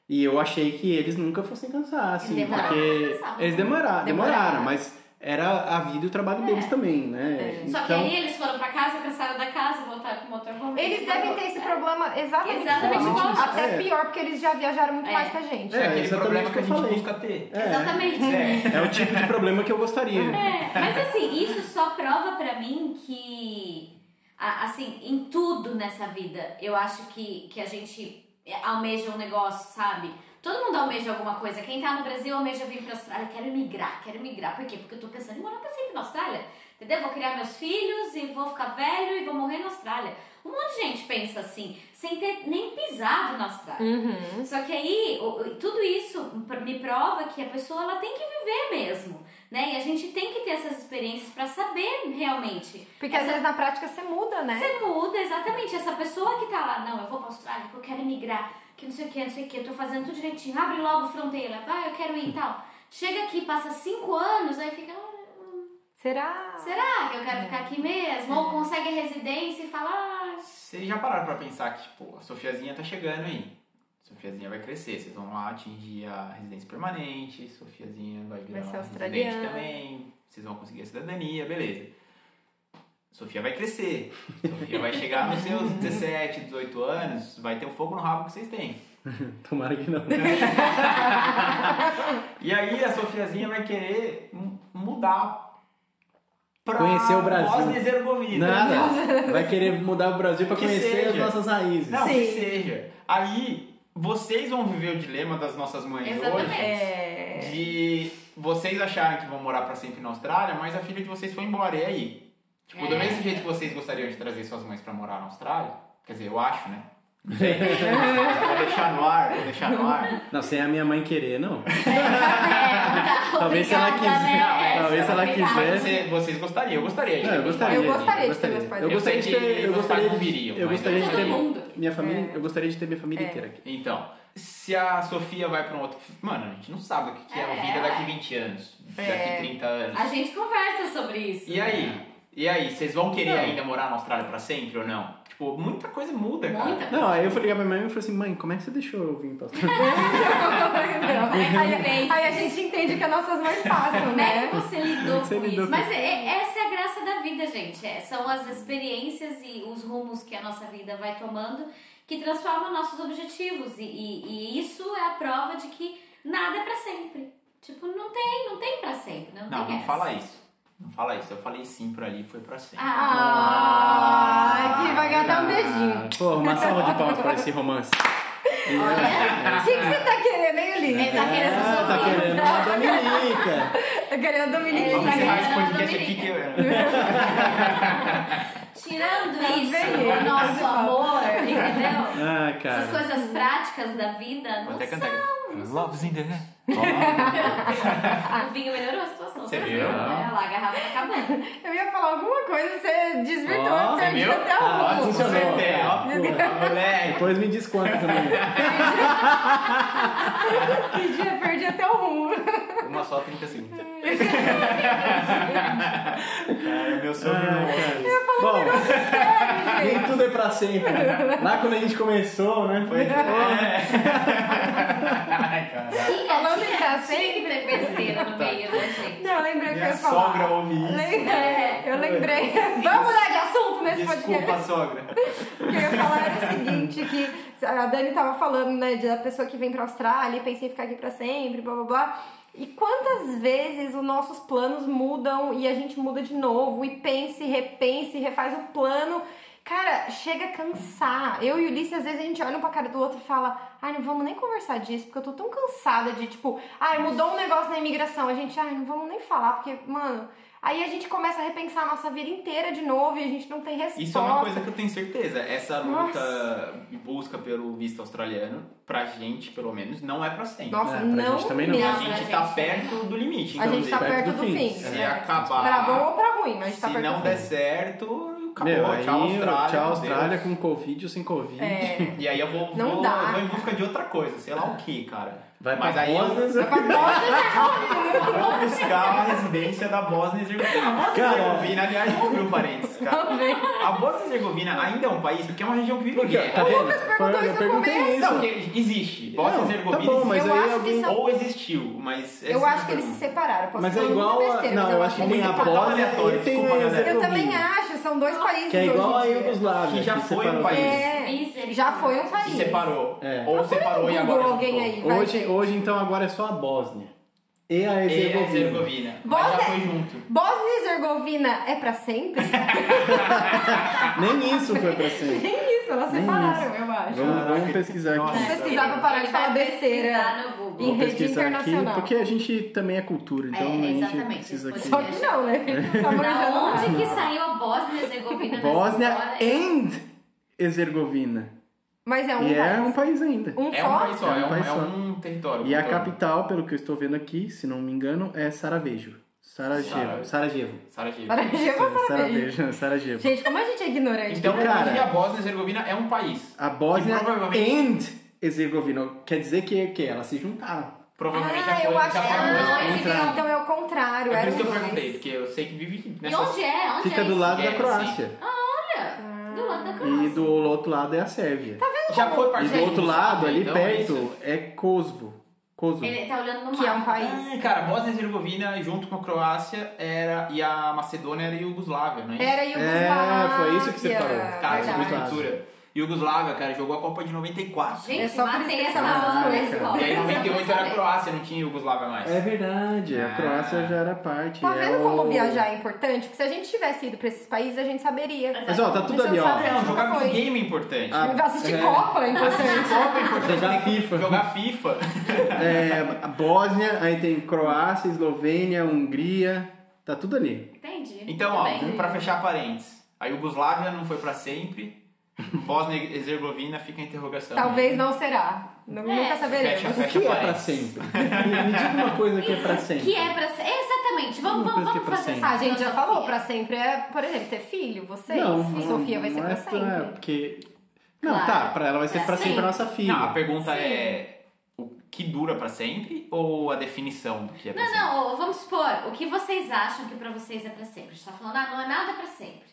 [SPEAKER 3] E eu achei que eles nunca fossem cansar, assim,
[SPEAKER 4] Demoraram pra
[SPEAKER 3] porque
[SPEAKER 4] cansar.
[SPEAKER 3] eles demoraram, demoraram,
[SPEAKER 2] Demoraram.
[SPEAKER 3] mas era a vida e o trabalho deles também, né?
[SPEAKER 4] É. Só que aí eeles foram pra casa, cansaram da casa, voltaram com o motorhome.
[SPEAKER 2] Eles devem ter esse problema exatamente,
[SPEAKER 4] Exatamente
[SPEAKER 2] igual.
[SPEAKER 3] igual.
[SPEAKER 2] Até
[SPEAKER 3] É.
[SPEAKER 2] pior, porque eles já viajaram muito
[SPEAKER 4] É.
[SPEAKER 2] mais que a gente.
[SPEAKER 1] É,
[SPEAKER 3] É,
[SPEAKER 1] aquele
[SPEAKER 3] exatamente
[SPEAKER 1] problema
[SPEAKER 3] o
[SPEAKER 1] que a
[SPEAKER 3] que
[SPEAKER 1] gente
[SPEAKER 3] eu falei.
[SPEAKER 1] busca ter.
[SPEAKER 3] é,
[SPEAKER 4] Exatamente.
[SPEAKER 1] É.
[SPEAKER 3] é o tipo de problema que eu gostaria.
[SPEAKER 4] É, mas assim, isso só prova pra mim que, a- assim, em tudo nessa vida, eu acho que, que a gente almeja um negócio, sabe? Todo mundo almeja alguma coisa. Quem tá no Brasil almeja vir pra Austrália, quero migrar, quero migrar. Por quê? Porque eu tô pensando em morar pra sempre na Austrália. Entendeu? Vou criar meus filhos e vou ficar velho e vou morrer na Austrália. Um monte de gente pensa assim, sem ter nem pisado na Austrália.
[SPEAKER 2] Uhum.
[SPEAKER 4] Só que aí, o- o- tudo isso pr- me prova que a pessoa ela tem que viver mesmo, né? E a gente tem que ter essas experiências pra saber realmente.
[SPEAKER 2] Porque às vezes na prática você muda,
[SPEAKER 3] É.
[SPEAKER 2] né?
[SPEAKER 4] Você muda exatamente essa pessoa que tá lá, não, eu vou pra Austrália, que eu quero emigrar, que não sei o que, não sei o que, eu tô fazendo tudo direitinho, abre logo fronteira, vai, eu quero ir e tal. Chega aqui, passa cinco anos, aí fica,
[SPEAKER 2] Será?
[SPEAKER 4] Será? ah, eu quero ficar aqui mesmo,
[SPEAKER 3] É.
[SPEAKER 4] ou consegue a residência e fala, ah,
[SPEAKER 1] Vocês já pararam pra pensar que, tipo, a Sofiazinha tá chegando aí. A Sofiazinha vai crescer, vocês vão lá atingir a residência permanente, Sofiazinha vai virar
[SPEAKER 2] Vai ser
[SPEAKER 1] uma residente
[SPEAKER 2] australiana.
[SPEAKER 1] também, vocês vão conseguir a cidadania, beleza. Sofia vai crescer. Sofia vai chegar nos seus 17, 18 anos, vai ter o fogo no rabo que vocês têm.
[SPEAKER 3] Tomara que não.
[SPEAKER 1] E aí a Sofiazinha vai querer mu- mudar pra
[SPEAKER 3] Conhecer o Brasil.
[SPEAKER 1] Bósnia e Herzegovina.
[SPEAKER 3] Nada. Vai querer mudar o Brasil pra
[SPEAKER 1] Que
[SPEAKER 3] conhecer as
[SPEAKER 1] seja.
[SPEAKER 3] nossas raízes.
[SPEAKER 1] Não, que
[SPEAKER 2] Sim.
[SPEAKER 1] seja. Aí vocês vão viver o dilema das nossas mães
[SPEAKER 4] Exatamente.
[SPEAKER 2] É.
[SPEAKER 1] hoje de vocês acharem que vão morar pra sempre na Austrália, mas a filha de vocês foi embora. E aí? Tipo, do
[SPEAKER 4] É.
[SPEAKER 1] mesmo jeito que vocês gostariam de trazer suas mães pra morar na Austrália, quer dizer, eu acho, né? Não sei. vou deixar no ar, vou deixar no ar.
[SPEAKER 3] Não, sem a minha mãe querer, não.
[SPEAKER 4] é, tá,
[SPEAKER 3] Talvez se ela
[SPEAKER 4] obrigada,
[SPEAKER 3] quiser-
[SPEAKER 4] né?
[SPEAKER 3] talvez se ela
[SPEAKER 4] Obrigada.
[SPEAKER 3] quiser-
[SPEAKER 1] Você- vocês gostariam, eu gostaria. de
[SPEAKER 3] Não,
[SPEAKER 1] ter
[SPEAKER 3] É, eu
[SPEAKER 1] meus
[SPEAKER 3] gostaria.
[SPEAKER 1] pais.
[SPEAKER 2] Eu gostaria de ter
[SPEAKER 3] eu
[SPEAKER 2] meus pais.
[SPEAKER 1] Eu
[SPEAKER 3] Eu
[SPEAKER 1] sei
[SPEAKER 3] gostaria de
[SPEAKER 1] que
[SPEAKER 3] ter. Eu
[SPEAKER 1] meus pais
[SPEAKER 3] gostaria
[SPEAKER 1] não
[SPEAKER 3] de.
[SPEAKER 1] viriam,
[SPEAKER 3] Eu
[SPEAKER 1] mas
[SPEAKER 3] gostaria de
[SPEAKER 4] Todo
[SPEAKER 3] ter.
[SPEAKER 4] mundo.
[SPEAKER 3] Minha família.
[SPEAKER 2] É.
[SPEAKER 3] Eu gostaria de ter minha família inteira aqui.
[SPEAKER 1] Então, se a Sofia vai pra um outro. Mano, a gente não sabe o que que é,
[SPEAKER 4] É.
[SPEAKER 1] a vida daqui 20 anos,
[SPEAKER 2] É.
[SPEAKER 1] daqui 30 anos.
[SPEAKER 4] A gente conversa sobre isso.
[SPEAKER 1] E aí? E aí, vocês vão querer
[SPEAKER 3] Não.
[SPEAKER 1] ainda morar na Austrália pra sempre ou não? Tipo, muita coisa muda, cara.
[SPEAKER 4] Muita
[SPEAKER 3] Não, aí eu fui ligar pra minha mãe e falei assim, mãe, como é que você deixou eu vir pra
[SPEAKER 2] aí, aí a gente entende que as nossas mães passam,
[SPEAKER 4] Como é
[SPEAKER 2] né?
[SPEAKER 4] que você lidou
[SPEAKER 3] Você
[SPEAKER 4] com
[SPEAKER 3] lidou
[SPEAKER 4] isso?
[SPEAKER 3] com
[SPEAKER 4] Mas é- essa é a graça da vida, gente. É, são as experiências e os rumos que a nossa vida vai tomando que transformam nossos objetivos. E, e- e isso é a prova de que nada é pra sempre. Tipo, não tem, não tem pra sempre. Não,
[SPEAKER 1] Não,
[SPEAKER 4] tem
[SPEAKER 1] não
[SPEAKER 4] essa.
[SPEAKER 1] fala isso. Não fala isso, eu falei sim pra ali e foi pra sempre.
[SPEAKER 4] Ah,
[SPEAKER 2] Ah, que vai ganhar até um beijinho.
[SPEAKER 3] Ah, Pô, uma salva de palmas para esse romance.
[SPEAKER 2] O que, que você tá querendo, hein, Ulisses?
[SPEAKER 4] Ele tá querendo
[SPEAKER 3] Ah, tá
[SPEAKER 4] sofrer.
[SPEAKER 3] querendo uma Dominica.
[SPEAKER 2] Tá querendo a Dominique.
[SPEAKER 1] Vamos
[SPEAKER 4] tá
[SPEAKER 1] encerrar esse
[SPEAKER 4] ganhando
[SPEAKER 1] podcast
[SPEAKER 4] a
[SPEAKER 1] aqui que
[SPEAKER 4] Tirando
[SPEAKER 2] Tá
[SPEAKER 4] isso,
[SPEAKER 2] vendo?
[SPEAKER 4] o nosso amor, entendeu?
[SPEAKER 3] Ah,
[SPEAKER 4] Essas
[SPEAKER 3] cara.
[SPEAKER 4] coisas práticas da vida
[SPEAKER 1] É. Vou
[SPEAKER 4] não
[SPEAKER 1] até
[SPEAKER 4] são.
[SPEAKER 1] cantar. Love's in the air.
[SPEAKER 4] O vinho melhorou a situação.
[SPEAKER 1] Você
[SPEAKER 4] sabe?
[SPEAKER 1] viu?
[SPEAKER 4] Olha lá, a garrafa tá acabando.
[SPEAKER 2] Eu ia falar alguma coisa, você desvirtuou,
[SPEAKER 3] Ó,
[SPEAKER 2] eu
[SPEAKER 3] você
[SPEAKER 2] perdi
[SPEAKER 1] viu?
[SPEAKER 2] até o
[SPEAKER 3] Ah,
[SPEAKER 2] rumo.
[SPEAKER 3] funcionou.
[SPEAKER 1] Acertei, é, ó,
[SPEAKER 3] Pô,
[SPEAKER 1] Moleque.
[SPEAKER 3] Depois me diz quanto também.
[SPEAKER 2] Perdi, perdi até o rumo.
[SPEAKER 1] Uma só 30 segundos. Cara, meu sonho
[SPEAKER 3] Ah,
[SPEAKER 1] não.
[SPEAKER 3] cara.
[SPEAKER 2] um
[SPEAKER 3] Bom, nem tudo é pra sempre. né? Lá quando a gente começou, né? Foi.
[SPEAKER 1] Ai, cara.
[SPEAKER 4] Tinha,
[SPEAKER 2] Falando em
[SPEAKER 4] tinha,
[SPEAKER 2] pra
[SPEAKER 4] tinha que ter besteira no meio, né, gente?
[SPEAKER 2] Não, eu lembrei o que eu
[SPEAKER 1] Minha
[SPEAKER 2] ia falar.
[SPEAKER 1] sogra ouve isso.
[SPEAKER 2] Lem- Eu lembrei. Vamos mudar de assunto nesse
[SPEAKER 1] Desculpa,
[SPEAKER 2] podcast.
[SPEAKER 1] sogra.
[SPEAKER 2] O que eu ia falar era o seguinte, que a Dani tava falando, né, da pessoa que vem pra Austrália e pensa em ficar aqui pra sempre, blá blá blá. E quantas vezes os nossos planos mudam e a gente muda de novo e pensa e repensa e refaz o plano. Cara, chega a cansar. Eu e o Ulisses, às vezes, a gente olha um pra cara do outro e fala: Ai, não vamos nem conversar disso, porque eu tô tão cansada de, tipo, ai, mudou um negócio na imigração. A gente, ai, não vamos nem falar, porque, mano. Aí a gente começa a repensar a nossa vida inteira de novo e a gente não tem resposta.
[SPEAKER 1] Isso é uma coisa que eu tenho certeza. Essa luta
[SPEAKER 2] Nossa.
[SPEAKER 1] e busca pelo visto australiano, pra gente, pelo menos, não é pra sempre.
[SPEAKER 2] Nossa,
[SPEAKER 3] É, pra
[SPEAKER 2] não.
[SPEAKER 3] gente também não.
[SPEAKER 1] E a
[SPEAKER 4] Não,
[SPEAKER 1] gente
[SPEAKER 4] pra
[SPEAKER 1] tá
[SPEAKER 4] gente.
[SPEAKER 1] perto do limite.
[SPEAKER 2] A
[SPEAKER 1] então,
[SPEAKER 2] gente tá
[SPEAKER 1] assim,
[SPEAKER 2] perto do fim.
[SPEAKER 1] Se
[SPEAKER 2] É.
[SPEAKER 1] acabar.
[SPEAKER 2] Pra bom ou pra ruim, mas a gente tá
[SPEAKER 1] Se
[SPEAKER 2] perto
[SPEAKER 1] não
[SPEAKER 2] do
[SPEAKER 1] der
[SPEAKER 2] fim.
[SPEAKER 1] certo, acabou.
[SPEAKER 3] Meu, aí,
[SPEAKER 1] tchau, Austrália.
[SPEAKER 3] tchau,
[SPEAKER 1] meu
[SPEAKER 3] Austrália,
[SPEAKER 1] Deus.
[SPEAKER 3] com Covid ou sem Covid.
[SPEAKER 2] É.
[SPEAKER 1] E aí eu vou,
[SPEAKER 2] Não
[SPEAKER 1] vou,
[SPEAKER 2] dá.
[SPEAKER 1] eu vou em busca de outra coisa, sei lá o que, cara.
[SPEAKER 3] Vai
[SPEAKER 1] Mas
[SPEAKER 3] pra
[SPEAKER 1] aí eu
[SPEAKER 3] Bosnia.
[SPEAKER 1] vou buscar uma residência da Bósnia e Herzegovina. A Bósnia e
[SPEAKER 3] Cara.
[SPEAKER 1] Herzegovina, aliás, abriu um parênteses, cara. A Bósnia e Herzegovina ainda é um país, porque é uma região que vive
[SPEAKER 3] Porque,
[SPEAKER 1] guerra.
[SPEAKER 3] tá vendo?
[SPEAKER 2] Lucas perguntou
[SPEAKER 3] Foi- eu
[SPEAKER 2] isso no
[SPEAKER 3] perguntei
[SPEAKER 2] começo.
[SPEAKER 3] isso.
[SPEAKER 1] Não, porque existe. Bósnia e
[SPEAKER 3] Não, tá
[SPEAKER 1] Herzegovina
[SPEAKER 3] bom, mas
[SPEAKER 2] Eu
[SPEAKER 3] aí
[SPEAKER 2] acho que
[SPEAKER 3] alguém...
[SPEAKER 2] são-
[SPEAKER 1] ou existiu, mas... essa
[SPEAKER 2] Eu
[SPEAKER 1] é a
[SPEAKER 2] acho que eles se
[SPEAKER 1] pergunta.
[SPEAKER 2] separaram. Posso
[SPEAKER 3] Mas é
[SPEAKER 2] falar muita
[SPEAKER 3] igual a...
[SPEAKER 2] besteira,
[SPEAKER 3] Não,
[SPEAKER 2] mas
[SPEAKER 3] eu acho que tem
[SPEAKER 2] eles
[SPEAKER 3] a
[SPEAKER 2] separaram.
[SPEAKER 1] separaram.
[SPEAKER 3] Bósnia
[SPEAKER 1] Aleatório,
[SPEAKER 3] e tem
[SPEAKER 1] desculpa,
[SPEAKER 3] a
[SPEAKER 1] galera.
[SPEAKER 2] Eu também
[SPEAKER 3] Herzegovina.
[SPEAKER 2] acho, são dois países
[SPEAKER 3] é Que é igual a
[SPEAKER 2] hoje em dia.
[SPEAKER 3] Iugoslávia.
[SPEAKER 1] Que já foi
[SPEAKER 3] separou.
[SPEAKER 1] um país.
[SPEAKER 2] É, já foi um país.
[SPEAKER 1] Se separou.
[SPEAKER 3] É.
[SPEAKER 1] Ou separou e
[SPEAKER 2] Google
[SPEAKER 1] agora
[SPEAKER 2] alguém
[SPEAKER 1] juntou.
[SPEAKER 2] aí. Vai,
[SPEAKER 3] Hoje,
[SPEAKER 2] gente.
[SPEAKER 3] hoje, então, agora é só a Bósnia.
[SPEAKER 1] E
[SPEAKER 3] E a
[SPEAKER 1] a
[SPEAKER 3] Herzegovina.
[SPEAKER 1] Herzegovina. é Mas já
[SPEAKER 2] Bósnia-
[SPEAKER 1] foi junto.
[SPEAKER 2] Bósnia e Herzegovina é pra sempre?
[SPEAKER 3] Nem isso foi pra sempre.
[SPEAKER 2] Nem isso, elas
[SPEAKER 3] Nem
[SPEAKER 2] separaram, eu acho.
[SPEAKER 3] Vamos, vamos
[SPEAKER 1] Caraca.
[SPEAKER 3] pesquisar aqui.
[SPEAKER 1] Nossa.
[SPEAKER 2] Vamos pesquisar pra parar de
[SPEAKER 4] Ele
[SPEAKER 2] falar
[SPEAKER 4] vai
[SPEAKER 2] besteira.
[SPEAKER 4] pesquisar no Google.
[SPEAKER 2] Em
[SPEAKER 3] Vou
[SPEAKER 2] rede
[SPEAKER 3] pesquisar aqui,
[SPEAKER 2] internacional.
[SPEAKER 3] porque a gente também é cultura, então
[SPEAKER 4] É,
[SPEAKER 3] a gente
[SPEAKER 4] exatamente,
[SPEAKER 3] precisa
[SPEAKER 4] isso
[SPEAKER 3] aqui.
[SPEAKER 2] Só que não, né? Tá
[SPEAKER 4] Da
[SPEAKER 2] manjando
[SPEAKER 4] onde
[SPEAKER 2] nada.
[SPEAKER 4] que saiu a Bósnia
[SPEAKER 2] é.
[SPEAKER 4] e Herzegovina nessa
[SPEAKER 3] Bósnia
[SPEAKER 4] história?
[SPEAKER 3] and Herzegovina.
[SPEAKER 2] Mas é um
[SPEAKER 3] E é um
[SPEAKER 2] país.
[SPEAKER 3] país ainda.
[SPEAKER 2] Um
[SPEAKER 1] É um
[SPEAKER 2] só?
[SPEAKER 1] país só,
[SPEAKER 3] É um
[SPEAKER 1] é um,
[SPEAKER 3] país
[SPEAKER 1] é
[SPEAKER 3] só.
[SPEAKER 1] um território.
[SPEAKER 3] E a
[SPEAKER 1] cultural.
[SPEAKER 3] capital, pelo que eu estou vendo aqui, se não me engano, é Sarajevo.
[SPEAKER 1] Sarajevo.
[SPEAKER 3] Sarajevo. Sarajevo.
[SPEAKER 1] Sarajevo.
[SPEAKER 2] Sarajevo ou Sarajevo?
[SPEAKER 3] Sarajevo. Sarajevo.
[SPEAKER 2] Gente, como a gente é ignorante.
[SPEAKER 1] Então,
[SPEAKER 3] Cara.
[SPEAKER 1] hoje a Bósnia e Herzegovina é um país.
[SPEAKER 3] A Bósnia
[SPEAKER 1] E provavelmente-
[SPEAKER 3] and Herzegovina. Quer dizer que, que elas se juntaram.
[SPEAKER 1] Provavelmente
[SPEAKER 2] Ah,
[SPEAKER 1] já foi,
[SPEAKER 2] eu acho
[SPEAKER 1] já
[SPEAKER 2] que
[SPEAKER 1] foram dois
[SPEAKER 4] Ah,
[SPEAKER 1] países.
[SPEAKER 4] eles
[SPEAKER 3] Entra-
[SPEAKER 4] viram-
[SPEAKER 2] Então é o contrário.
[SPEAKER 1] É por
[SPEAKER 2] era
[SPEAKER 1] isso que eu
[SPEAKER 2] um país.
[SPEAKER 1] perguei, porque eu sei que vive
[SPEAKER 4] E
[SPEAKER 1] nessa...
[SPEAKER 4] onde é? Onde
[SPEAKER 3] Fica
[SPEAKER 4] é
[SPEAKER 3] do
[SPEAKER 4] isso?
[SPEAKER 3] lado da
[SPEAKER 1] sim.
[SPEAKER 3] Croácia.
[SPEAKER 4] Olha, do lado da
[SPEAKER 3] E
[SPEAKER 4] Croácia.
[SPEAKER 3] do outro lado é a Sérvia.
[SPEAKER 1] Já foi
[SPEAKER 3] E
[SPEAKER 1] parte
[SPEAKER 3] do outro lado, ali
[SPEAKER 1] Então, é isso.
[SPEAKER 3] perto, é Kosovo. Kosovo.
[SPEAKER 4] Ele tá olhando no mapa.
[SPEAKER 2] Que é um país.
[SPEAKER 1] Ah, Cara, Bósnia e Herzegovina, junto com a Croácia, era... e a Macedônia era Iugoslávia, não é isso?
[SPEAKER 2] Era Iugoslávia.
[SPEAKER 3] É, foi isso que você parou.
[SPEAKER 1] Cara, isso é uma
[SPEAKER 3] Verdade.
[SPEAKER 1] cultura. Iugoslávia, cara, jogou a Copa de 94.
[SPEAKER 4] Gente,
[SPEAKER 2] É só por isso
[SPEAKER 4] matei
[SPEAKER 2] que
[SPEAKER 4] essa
[SPEAKER 2] elas
[SPEAKER 4] aula na
[SPEAKER 2] sabem,
[SPEAKER 4] escola.
[SPEAKER 1] E aí, em 98 era a Croácia, não tinha Iugoslávia mais.
[SPEAKER 3] É verdade, a
[SPEAKER 1] Ah.
[SPEAKER 3] Croácia já era parte.
[SPEAKER 2] Tá
[SPEAKER 3] é
[SPEAKER 2] vendo
[SPEAKER 3] o-
[SPEAKER 2] como viajar é importante? Porque se a gente tivesse ido pra esses países, a gente saberia.
[SPEAKER 3] Mas ó, tá tudo
[SPEAKER 2] Mas
[SPEAKER 3] ali,
[SPEAKER 2] eu
[SPEAKER 3] ó.
[SPEAKER 2] sabia.
[SPEAKER 1] Não, jogar
[SPEAKER 2] Foi.
[SPEAKER 1] videogame é importante.
[SPEAKER 3] Ah,
[SPEAKER 2] Vai assistir
[SPEAKER 3] é.
[SPEAKER 2] Copa, é importante.
[SPEAKER 1] Copa é importante.
[SPEAKER 3] Jogar FIFA.
[SPEAKER 1] Jogar FIFA.
[SPEAKER 3] É, a Bósnia, aí tem Croácia, Eslovênia, Hungria. Tá tudo ali.
[SPEAKER 4] Entendi.
[SPEAKER 1] Então,
[SPEAKER 4] Tudo
[SPEAKER 1] ó,
[SPEAKER 4] bem.
[SPEAKER 1] pra fechar parênteses. A Iugoslávia não foi pra sempre. Bósnia e Herzegovina fica a interrogação. né?
[SPEAKER 2] Talvez não será. Não-
[SPEAKER 4] É.
[SPEAKER 2] Nunca saberemos.
[SPEAKER 3] O
[SPEAKER 1] Fecha
[SPEAKER 3] que é pra
[SPEAKER 1] parênteses.
[SPEAKER 3] sempre? Me me diga uma coisa que é pra sempre.
[SPEAKER 4] Que é pra ser. é, Exatamente. Vamos,
[SPEAKER 3] Uma coisa
[SPEAKER 4] vamos,
[SPEAKER 3] que é
[SPEAKER 4] vamos
[SPEAKER 3] pra
[SPEAKER 4] fazer
[SPEAKER 3] sempre.
[SPEAKER 4] essa
[SPEAKER 2] Ah, A gente já
[SPEAKER 4] filosofia.
[SPEAKER 2] falou, pra sempre é, por exemplo, ter filho, vocês. e Sofia vai ser pra
[SPEAKER 3] é É,
[SPEAKER 2] sempre.
[SPEAKER 3] porque... Não,
[SPEAKER 4] Claro.
[SPEAKER 3] tá, pra ela vai ser
[SPEAKER 4] Pra
[SPEAKER 3] pra sempre a
[SPEAKER 4] sempre.
[SPEAKER 3] nossa filha.
[SPEAKER 1] Não, a pergunta
[SPEAKER 4] Sim.
[SPEAKER 1] é o que dura pra sempre ou a definição do que é pra
[SPEAKER 4] Não,
[SPEAKER 1] sempre?
[SPEAKER 4] não, ô, vamos supor, o que vocês acham que pra vocês é pra sempre? A gente tá falando, ah, não é nada pra sempre.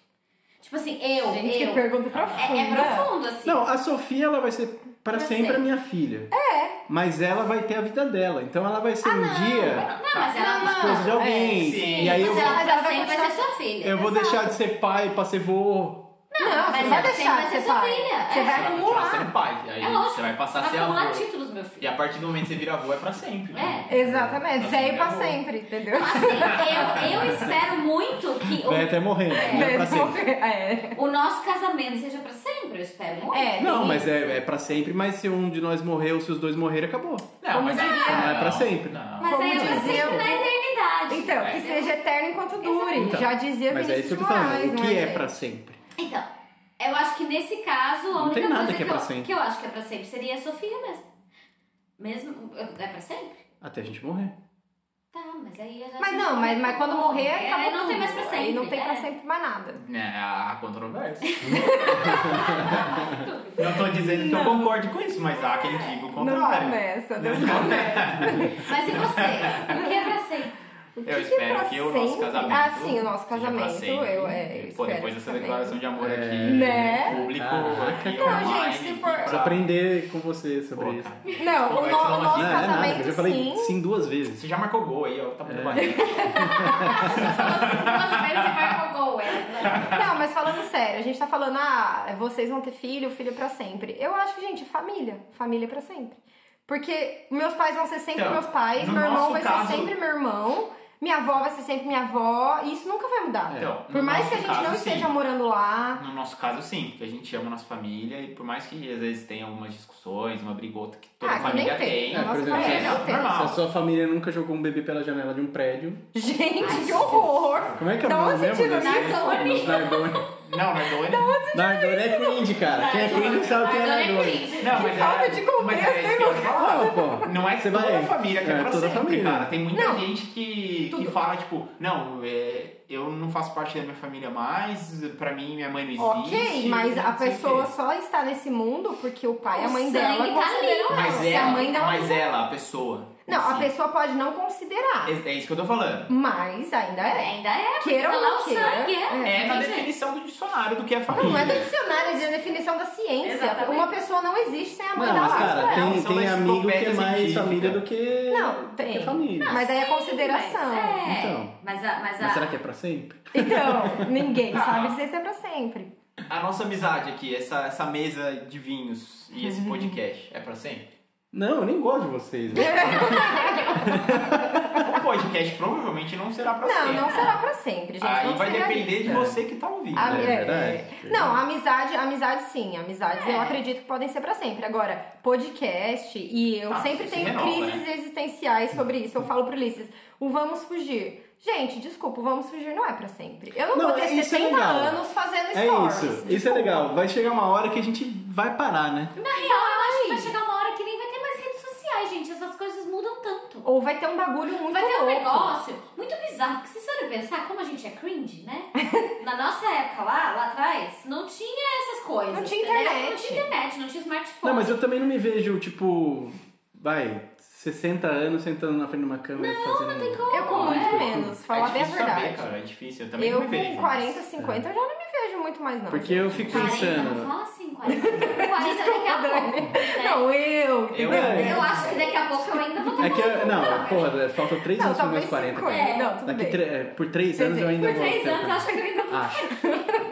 [SPEAKER 4] Tipo assim, eu,
[SPEAKER 2] Gente, que
[SPEAKER 4] eu.
[SPEAKER 2] pergunta
[SPEAKER 4] É, é
[SPEAKER 2] profunda.
[SPEAKER 4] profundo, assim.
[SPEAKER 3] Não, a Sofia ela vai ser pra
[SPEAKER 4] Pra
[SPEAKER 3] sempre, a
[SPEAKER 4] sempre.
[SPEAKER 3] minha filha. É. Mas ela vai ter a vida dela. Então ela vai ser
[SPEAKER 2] Ah,
[SPEAKER 3] um dia
[SPEAKER 4] Não, mas ela
[SPEAKER 2] Não, não.
[SPEAKER 3] esposa de alguém.
[SPEAKER 1] é, sim.
[SPEAKER 3] e aí
[SPEAKER 4] mas
[SPEAKER 3] eu,
[SPEAKER 4] ela,
[SPEAKER 2] vou- é
[SPEAKER 4] mas ela vai, vai ser sua filha.
[SPEAKER 3] eu vou
[SPEAKER 4] Exato.
[SPEAKER 3] deixar de ser pai pra ser vô.
[SPEAKER 2] Não, você
[SPEAKER 4] mas
[SPEAKER 2] vai
[SPEAKER 4] você
[SPEAKER 2] deixar
[SPEAKER 4] vai
[SPEAKER 2] de
[SPEAKER 4] ser
[SPEAKER 2] ser
[SPEAKER 4] sua
[SPEAKER 2] pai.
[SPEAKER 4] filha.
[SPEAKER 2] Você
[SPEAKER 4] é.
[SPEAKER 1] Você
[SPEAKER 2] vai
[SPEAKER 1] vai
[SPEAKER 2] acumular.
[SPEAKER 1] continuar sendo pai. Aí
[SPEAKER 4] É lógico.
[SPEAKER 1] você vai passar a
[SPEAKER 4] Vai
[SPEAKER 1] ser
[SPEAKER 4] acumular
[SPEAKER 1] avô.
[SPEAKER 4] títulos, meu
[SPEAKER 1] E
[SPEAKER 4] filho.
[SPEAKER 1] a partir do momento que você vira avô é pra sempre. né?
[SPEAKER 2] É. Exatamente,
[SPEAKER 1] Pra
[SPEAKER 3] é
[SPEAKER 2] velho pra
[SPEAKER 1] avô.
[SPEAKER 2] sempre, entendeu?
[SPEAKER 4] Então, assim, eu, eu espero muito que
[SPEAKER 2] Um
[SPEAKER 3] Vai né, até
[SPEAKER 4] o,
[SPEAKER 3] morrendo, não é pra sempre.
[SPEAKER 2] É.
[SPEAKER 4] o nosso casamento seja pra sempre. Eu espero muito.
[SPEAKER 2] É.
[SPEAKER 3] Não,
[SPEAKER 2] tem
[SPEAKER 3] mas
[SPEAKER 2] isso.
[SPEAKER 3] é, é pra sempre, mas se um de nós morrer ou se os dois morrerem, acabou.
[SPEAKER 1] Não, mas
[SPEAKER 2] Como diria-
[SPEAKER 3] Não é pra sempre.
[SPEAKER 1] Não.
[SPEAKER 4] Mas
[SPEAKER 2] Como
[SPEAKER 4] aí eu
[SPEAKER 2] dizia
[SPEAKER 4] assisto
[SPEAKER 2] o-
[SPEAKER 4] na eternidade.
[SPEAKER 2] Então, que
[SPEAKER 4] entendeu?
[SPEAKER 2] seja eterno enquanto dure.
[SPEAKER 3] é. Então,
[SPEAKER 2] Já dizia
[SPEAKER 3] Mas é
[SPEAKER 2] Vinícius
[SPEAKER 3] isso que eu
[SPEAKER 2] de
[SPEAKER 3] tô falando.
[SPEAKER 2] Moraes,
[SPEAKER 3] O
[SPEAKER 2] né,
[SPEAKER 3] que é
[SPEAKER 2] gente?
[SPEAKER 3] pra sempre?
[SPEAKER 4] Então, eu acho que nesse caso, a
[SPEAKER 3] Não
[SPEAKER 4] única
[SPEAKER 3] tem nada
[SPEAKER 4] coisa
[SPEAKER 3] que é pra
[SPEAKER 4] eu,
[SPEAKER 3] sempre.
[SPEAKER 4] que eu acho que é pra sempre seria a Sofia mesmo. Mesmo. É pra sempre?
[SPEAKER 3] Até a gente morrer.
[SPEAKER 4] Tá, mas aí a gente.
[SPEAKER 2] Mas não, mas, mas quando morrer,
[SPEAKER 4] É,
[SPEAKER 2] acabou
[SPEAKER 4] não tem
[SPEAKER 2] tudo.
[SPEAKER 4] mais pra sempre.
[SPEAKER 2] Aí não tem
[SPEAKER 4] é.
[SPEAKER 2] pra sempre mais nada.
[SPEAKER 1] É a controvérsia. Não tô dizendo que eu concorde com isso, mas há quem diga o
[SPEAKER 2] Não é.
[SPEAKER 1] contrário.
[SPEAKER 2] começa, não começa.
[SPEAKER 4] Mas e vocês? O que é pra sempre?
[SPEAKER 2] O
[SPEAKER 1] Eu
[SPEAKER 2] que é
[SPEAKER 1] espero
[SPEAKER 2] pra
[SPEAKER 1] que o nosso
[SPEAKER 2] sempre?
[SPEAKER 1] casamento.
[SPEAKER 2] Ah, sim, o nosso
[SPEAKER 1] seja pra
[SPEAKER 2] casamento.
[SPEAKER 1] sempre.
[SPEAKER 2] Eu, é, eu
[SPEAKER 1] Pô,
[SPEAKER 2] espero
[SPEAKER 1] depois dessa
[SPEAKER 2] também.
[SPEAKER 1] declaração de amor aqui,
[SPEAKER 3] É.
[SPEAKER 2] Né?
[SPEAKER 1] público,
[SPEAKER 3] Caraca.
[SPEAKER 1] aqui,
[SPEAKER 2] Não,
[SPEAKER 1] online,
[SPEAKER 2] gente, se
[SPEAKER 1] aqui
[SPEAKER 2] for-
[SPEAKER 1] pra-
[SPEAKER 3] Preciso aprender com você sobre
[SPEAKER 1] Pô,
[SPEAKER 3] isso.
[SPEAKER 1] cara,
[SPEAKER 2] Não, o,
[SPEAKER 1] Vai
[SPEAKER 2] no-
[SPEAKER 1] falar
[SPEAKER 2] o
[SPEAKER 1] uma
[SPEAKER 2] nosso
[SPEAKER 1] coisa.
[SPEAKER 3] Não, é nada,
[SPEAKER 2] casamento
[SPEAKER 3] eu já falei
[SPEAKER 2] sim.
[SPEAKER 3] duas vezes.
[SPEAKER 1] Você já marcou gol aí, ó. Tá
[SPEAKER 3] É.
[SPEAKER 1] muito barriga.
[SPEAKER 4] Duas vezes assim, você marcou gol, é.
[SPEAKER 2] Não, mas falando sério, a gente tá falando, ah, vocês vão ter filho, filho é pra sempre. Eu acho que, gente, família. Família é pra sempre. Porque meus pais vão ser sempre
[SPEAKER 1] Então,
[SPEAKER 2] meus pais,
[SPEAKER 1] no
[SPEAKER 2] meu irmão
[SPEAKER 1] nosso
[SPEAKER 2] vai
[SPEAKER 1] caso-
[SPEAKER 2] ser sempre meu irmão, minha avó vai ser sempre minha avó, e isso nunca vai mudar.
[SPEAKER 1] Então,
[SPEAKER 2] Por
[SPEAKER 1] no
[SPEAKER 2] mais que a
[SPEAKER 1] nosso
[SPEAKER 2] gente
[SPEAKER 1] caso,
[SPEAKER 2] não
[SPEAKER 1] sim.
[SPEAKER 2] esteja morando lá.
[SPEAKER 1] No nosso caso, sim, porque a gente ama a nossa família e por mais que às vezes tenha algumas discussões, uma brigota que toda
[SPEAKER 2] Ah, que
[SPEAKER 1] família
[SPEAKER 2] nem tem.
[SPEAKER 1] tem.
[SPEAKER 2] Na
[SPEAKER 3] por
[SPEAKER 2] nossa
[SPEAKER 3] exemplo,
[SPEAKER 2] família
[SPEAKER 1] é,
[SPEAKER 2] não tem.
[SPEAKER 1] normal.
[SPEAKER 3] Se a sua família nunca jogou um bebê pela janela de um prédio.
[SPEAKER 2] Gente, que horror!
[SPEAKER 3] Como é que é o
[SPEAKER 2] Da
[SPEAKER 3] nome
[SPEAKER 2] onde você tirou
[SPEAKER 3] mesmo? desse?
[SPEAKER 4] Nardone.
[SPEAKER 3] Nardone.
[SPEAKER 1] Não, não é doido.
[SPEAKER 3] Nardone é cringe, cara. Quem é cringe sabe quem é
[SPEAKER 4] Agora é
[SPEAKER 3] Nardone.
[SPEAKER 4] cringe.
[SPEAKER 1] Não, mas
[SPEAKER 2] falta
[SPEAKER 1] é,
[SPEAKER 2] de né?
[SPEAKER 1] mas é
[SPEAKER 2] contexto,
[SPEAKER 1] isso que eu ia falar.
[SPEAKER 3] Não, pô.
[SPEAKER 1] Não é
[SPEAKER 3] Você
[SPEAKER 1] toda
[SPEAKER 3] vai-
[SPEAKER 1] a família que é,
[SPEAKER 3] é,
[SPEAKER 1] pra
[SPEAKER 3] toda a
[SPEAKER 1] sempre,
[SPEAKER 3] família.
[SPEAKER 1] cara. Tem muita
[SPEAKER 2] Não.
[SPEAKER 1] gente que, que
[SPEAKER 2] Tudo.
[SPEAKER 1] fala, tipo, não, é, eu não faço parte da minha família mais, pra mim minha mãe não existe.
[SPEAKER 2] Ok, mas
[SPEAKER 1] não
[SPEAKER 2] a
[SPEAKER 1] sei o
[SPEAKER 2] pessoa
[SPEAKER 1] quê.
[SPEAKER 2] só está nesse mundo porque o pai e a
[SPEAKER 4] O
[SPEAKER 2] mãe dela
[SPEAKER 4] sangue tá ali.
[SPEAKER 2] consideram ela.
[SPEAKER 1] Mas
[SPEAKER 2] Se a
[SPEAKER 1] ela,
[SPEAKER 2] mãe dela é.
[SPEAKER 1] mas é assim. ela, a pessoa. em
[SPEAKER 2] Não, a
[SPEAKER 1] si.
[SPEAKER 2] pessoa pode não considerar,
[SPEAKER 1] É, é isso que eu tô falando.
[SPEAKER 2] mas ainda é.
[SPEAKER 4] Ainda é. porque
[SPEAKER 2] Queira ou
[SPEAKER 4] tá lá
[SPEAKER 2] não
[SPEAKER 4] o
[SPEAKER 2] queira.
[SPEAKER 4] sangue, é.
[SPEAKER 1] É na
[SPEAKER 4] Entendi.
[SPEAKER 1] definição do dicionário do que é família.
[SPEAKER 2] Não é do dicionário, é da definição da ciência.
[SPEAKER 4] Exatamente.
[SPEAKER 2] Uma pessoa não existe sem a mãe É.
[SPEAKER 3] Não,
[SPEAKER 2] dela.
[SPEAKER 3] mas cara,
[SPEAKER 2] Não,
[SPEAKER 3] tem,
[SPEAKER 1] São
[SPEAKER 3] tem
[SPEAKER 1] da
[SPEAKER 3] amigo que é
[SPEAKER 1] enciclopédia
[SPEAKER 3] mais
[SPEAKER 1] científica.
[SPEAKER 3] família do que,
[SPEAKER 2] Não,
[SPEAKER 3] do que
[SPEAKER 2] tem.
[SPEAKER 3] família.
[SPEAKER 2] Mas aí é
[SPEAKER 4] Sim,
[SPEAKER 2] consideração.
[SPEAKER 4] Mas, é.
[SPEAKER 3] Então.
[SPEAKER 4] mas a. Mas a...
[SPEAKER 3] Mas será que é pra sempre?
[SPEAKER 2] Então, ninguém sabe dizer se é pra sempre.
[SPEAKER 1] A nossa amizade aqui, essa, essa mesa de vinhos e
[SPEAKER 2] Uhum.
[SPEAKER 1] esse podcast, é pra sempre?
[SPEAKER 3] Não, eu nem gosto de vocês.
[SPEAKER 1] O podcast provavelmente não será pra
[SPEAKER 2] Não,
[SPEAKER 1] sempre.
[SPEAKER 2] não será pra sempre, gente.
[SPEAKER 1] Aí
[SPEAKER 2] vamos
[SPEAKER 1] vai
[SPEAKER 2] ser
[SPEAKER 1] depender de
[SPEAKER 2] realistas.
[SPEAKER 1] você que tá ouvindo.
[SPEAKER 2] A-
[SPEAKER 3] É
[SPEAKER 2] é,
[SPEAKER 3] verdade.
[SPEAKER 2] é. Não, amizade, amizade sim. Amizades
[SPEAKER 4] É.
[SPEAKER 2] eu acredito que podem ser pra sempre. Agora, podcast, e eu
[SPEAKER 1] Ah,
[SPEAKER 2] sempre
[SPEAKER 1] se
[SPEAKER 2] tenho
[SPEAKER 1] renova,
[SPEAKER 2] crises
[SPEAKER 3] né?
[SPEAKER 2] existenciais sobre isso. Eu falo pro Ulisses, o vamos fugir. Gente, desculpa, o vamos fugir não é pra sempre. Eu não,
[SPEAKER 3] Não,
[SPEAKER 2] vou ter
[SPEAKER 3] isso é
[SPEAKER 2] 70
[SPEAKER 3] legal.
[SPEAKER 2] anos fazendo
[SPEAKER 3] É
[SPEAKER 2] stories.
[SPEAKER 3] isso, isso é
[SPEAKER 2] Desculpa.
[SPEAKER 3] legal. Vai chegar uma hora que a gente vai parar, né?
[SPEAKER 4] Na real, eu acho que vai chegar uma hora que nem vai ter mais redes sociais, gente. Essas coisas mudam tanto.
[SPEAKER 2] Ou vai ter um bagulho muito
[SPEAKER 4] Vai ter
[SPEAKER 2] louco.
[SPEAKER 4] um negócio muito bizarro, porque vocês foram pensar como a gente é cringe, né? Na nossa época lá, lá atrás, não tinha essas coisas.
[SPEAKER 2] Não tinha
[SPEAKER 4] entendeu?
[SPEAKER 2] internet.
[SPEAKER 4] Não tinha internet, não tinha smartphone.
[SPEAKER 3] Não, mas eu também não me vejo, tipo, vai, 60 anos sentando na frente de uma câmera e fazendo. um
[SPEAKER 4] tem como.
[SPEAKER 2] Eu com muito
[SPEAKER 4] É.
[SPEAKER 2] menos, falar
[SPEAKER 1] é
[SPEAKER 2] bem a
[SPEAKER 1] difícil
[SPEAKER 2] verdade.
[SPEAKER 1] saber, cara. É difícil. Eu também
[SPEAKER 2] eu
[SPEAKER 1] não me vejo. é.
[SPEAKER 2] com 40, 50, eu já não me vejo muito mais não.
[SPEAKER 3] Porque eu fico
[SPEAKER 4] 40,
[SPEAKER 3] pensando.
[SPEAKER 4] não fala assim, 40. 40 daqui a pouco. né?
[SPEAKER 2] Não, eu.
[SPEAKER 1] Eu,
[SPEAKER 3] É.
[SPEAKER 4] Eu acho que daqui a pouco eu ainda vou ter
[SPEAKER 3] É que eu, não, porra, faltam 3
[SPEAKER 2] Não,
[SPEAKER 3] anos para
[SPEAKER 2] talvez
[SPEAKER 3] meus 40.
[SPEAKER 2] 50.
[SPEAKER 3] cara.
[SPEAKER 1] né?
[SPEAKER 2] Não, tudo
[SPEAKER 3] Daqui
[SPEAKER 2] bem.
[SPEAKER 3] tre- é, por 3
[SPEAKER 2] Quer
[SPEAKER 3] anos eu
[SPEAKER 2] dizer,
[SPEAKER 3] ainda
[SPEAKER 4] Por
[SPEAKER 3] vou.
[SPEAKER 4] três
[SPEAKER 3] ter-
[SPEAKER 4] anos, acho que eu ainda vou.
[SPEAKER 3] Acho.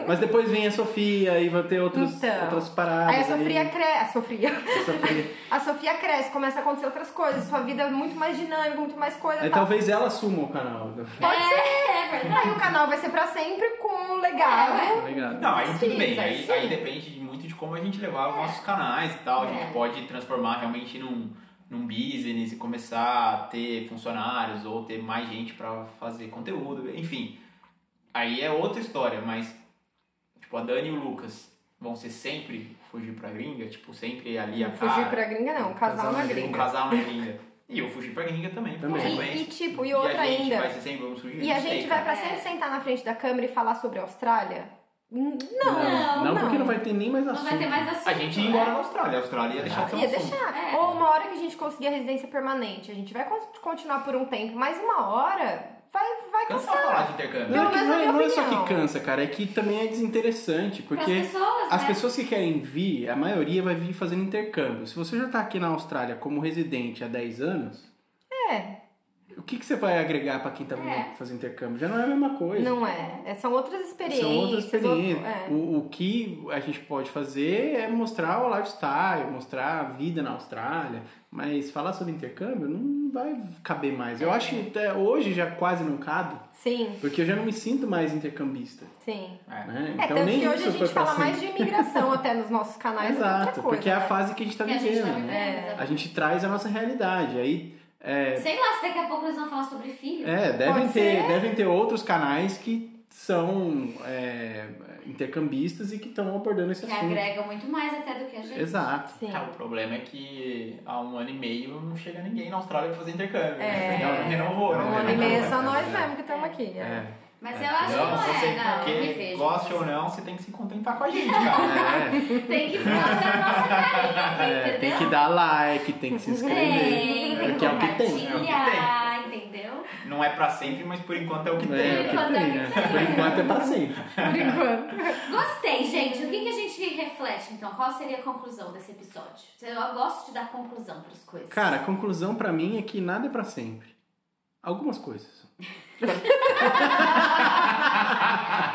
[SPEAKER 3] Mas depois vem a Sofia e vai ter outros,
[SPEAKER 2] Então.
[SPEAKER 3] outras paradas.
[SPEAKER 2] Aí a Sofia cresce. Sofia.
[SPEAKER 3] a Sofia.
[SPEAKER 2] A Sofia cresce, começa a acontecer outras coisas, sua vida é muito mais dinâmica, muito mais coisa.
[SPEAKER 3] Aí
[SPEAKER 1] tá
[SPEAKER 2] tal.
[SPEAKER 3] talvez ela assuma o canal.
[SPEAKER 2] Pode ser.
[SPEAKER 4] É, é verdade.
[SPEAKER 2] Aí o canal vai ser pra sempre com o legado.
[SPEAKER 4] É,
[SPEAKER 3] Tá ligado?
[SPEAKER 1] Não, aí tudo
[SPEAKER 2] Sim,
[SPEAKER 1] bem.
[SPEAKER 2] mas
[SPEAKER 1] Aí,
[SPEAKER 2] sim. É.
[SPEAKER 1] aí depende de- muito de como a gente levar os nossos canais e tal. A gente
[SPEAKER 4] É.
[SPEAKER 1] pode transformar realmente num, num business e começar a ter funcionários ou ter mais gente pra fazer conteúdo. Enfim, aí é outra história, mas tipo, a Dani e o Lucas vão ser sempre fugir pra gringa, tipo, sempre ali a cara.
[SPEAKER 2] Fugir pra gringa não, casal
[SPEAKER 3] casal
[SPEAKER 2] na
[SPEAKER 3] na
[SPEAKER 1] Um
[SPEAKER 2] gringa.
[SPEAKER 1] casal na gringa. E eu fugir pra gringa também.
[SPEAKER 3] Também.
[SPEAKER 1] por
[SPEAKER 2] E, e
[SPEAKER 1] consequência.
[SPEAKER 2] tipo, e
[SPEAKER 1] E
[SPEAKER 2] outra
[SPEAKER 1] a gente
[SPEAKER 2] ainda.
[SPEAKER 1] vai ser sempre, vamos fugir,
[SPEAKER 2] E a
[SPEAKER 1] não sei,
[SPEAKER 2] gente
[SPEAKER 1] cara.
[SPEAKER 2] vai pra
[SPEAKER 4] cara.
[SPEAKER 2] sempre sentar na frente da câmera e falar sobre a Austrália? Hum, N-
[SPEAKER 3] Então
[SPEAKER 2] Não,
[SPEAKER 3] não,
[SPEAKER 4] Não,
[SPEAKER 3] não, porque
[SPEAKER 2] não.
[SPEAKER 3] não vai ter nem mais assunto.
[SPEAKER 4] Não vai ter mais assunto. né?
[SPEAKER 1] A gente ia embora na Austrália. A Austrália ia deixar de ser um
[SPEAKER 2] ia
[SPEAKER 3] assim,
[SPEAKER 1] assunto.
[SPEAKER 2] deixar.
[SPEAKER 4] É.
[SPEAKER 2] Ou uma hora que a gente conseguir a residência permanente, a gente vai con- continuar por um tempo, mas uma hora vai, vai
[SPEAKER 1] Cansa de
[SPEAKER 2] cansar.
[SPEAKER 1] falar de intercâmbio.
[SPEAKER 3] Não,
[SPEAKER 2] Pelo
[SPEAKER 3] é que
[SPEAKER 2] menos na
[SPEAKER 3] não, é,
[SPEAKER 2] minha
[SPEAKER 3] não é só
[SPEAKER 2] opinião.
[SPEAKER 3] que cansa, cara, é que também é desinteressante,
[SPEAKER 4] Pras
[SPEAKER 3] porque
[SPEAKER 4] pessoas,
[SPEAKER 3] as
[SPEAKER 4] né?
[SPEAKER 3] pessoas que querem vir, a maioria vai vir fazendo intercâmbio. Se você já tá aqui na Austrália como residente há 10 anos,
[SPEAKER 2] É.
[SPEAKER 3] O que, que você vai agregar pra quem tá vindo
[SPEAKER 4] É.
[SPEAKER 3] fazer intercâmbio? Já não é a mesma coisa.
[SPEAKER 2] Não é. é. São outras experiências.
[SPEAKER 3] São outras experiências.
[SPEAKER 2] outro- é.
[SPEAKER 3] O, o que a gente pode fazer é mostrar o lifestyle, mostrar a vida na Austrália, mas falar sobre intercâmbio não vai caber mais.
[SPEAKER 2] É.
[SPEAKER 3] Eu acho que até hoje já quase não cabe,
[SPEAKER 2] Sim,
[SPEAKER 3] porque eu já não me sinto mais intercambista.
[SPEAKER 2] sim.
[SPEAKER 3] Né?
[SPEAKER 2] É, tanto que hoje a
[SPEAKER 3] foi
[SPEAKER 2] gente
[SPEAKER 3] pra
[SPEAKER 2] fala
[SPEAKER 3] sempre.
[SPEAKER 2] mais de imigração até nos nossos canais do que outra
[SPEAKER 3] Exato,
[SPEAKER 2] coisa,
[SPEAKER 3] porque é a
[SPEAKER 2] né?
[SPEAKER 3] fase que a gente tá
[SPEAKER 4] que a
[SPEAKER 3] vivendo.
[SPEAKER 4] gente tá vivendo.
[SPEAKER 3] né?
[SPEAKER 4] exatamente.
[SPEAKER 3] A gente traz a nossa realidade. Aí, é,
[SPEAKER 4] Sei lá, se daqui a pouco eles vão falar sobre filho.
[SPEAKER 3] é, devem,
[SPEAKER 2] Pode
[SPEAKER 3] ter,
[SPEAKER 2] ser.
[SPEAKER 3] devem ter outros canais que são é, intercambistas e que estão abordando esse
[SPEAKER 4] Que
[SPEAKER 3] assunto.
[SPEAKER 4] agrega muito mais até do que a gente.
[SPEAKER 3] Exato.
[SPEAKER 2] né? Sim.
[SPEAKER 1] Ah, o problema é que há um ano e meio não chega ninguém na Austrália pra fazer intercâmbio.
[SPEAKER 2] É.
[SPEAKER 1] Né? Não, renovou.
[SPEAKER 2] Um
[SPEAKER 1] né?
[SPEAKER 2] ano e meio é só
[SPEAKER 1] Renovou,
[SPEAKER 2] nós
[SPEAKER 1] né?
[SPEAKER 2] mesmo que estamos aqui. é.
[SPEAKER 3] Tá É.
[SPEAKER 4] Mas eu acho
[SPEAKER 1] Não,
[SPEAKER 4] que não
[SPEAKER 1] você
[SPEAKER 2] né?
[SPEAKER 4] é, não. eu me
[SPEAKER 1] porque
[SPEAKER 4] vejo.
[SPEAKER 1] goste ou não, você tem que se contentar com a gente, cara. né?
[SPEAKER 3] É,
[SPEAKER 4] Tem que ficar até a nossa carinha,
[SPEAKER 3] é,
[SPEAKER 4] entendeu?
[SPEAKER 3] tem que dar like, tem que se inscrever.
[SPEAKER 4] Tem, tem
[SPEAKER 3] Porque é o que tem,
[SPEAKER 1] é o que
[SPEAKER 4] compartilhar, entendeu?
[SPEAKER 1] Não é pra sempre, mas por enquanto é o que tem.
[SPEAKER 3] É, o que
[SPEAKER 4] Por enquanto
[SPEAKER 3] tem,
[SPEAKER 4] é o
[SPEAKER 3] né?
[SPEAKER 4] que
[SPEAKER 3] Por enquanto é pra sempre.
[SPEAKER 2] Por enquanto.
[SPEAKER 4] Gostei, gente. O que, que a gente reflete, então? Qual seria a conclusão desse episódio? Eu gosto de dar conclusão para as coisas.
[SPEAKER 3] Cara, a conclusão pra mim é que nada é pra sempre. Algumas coisas.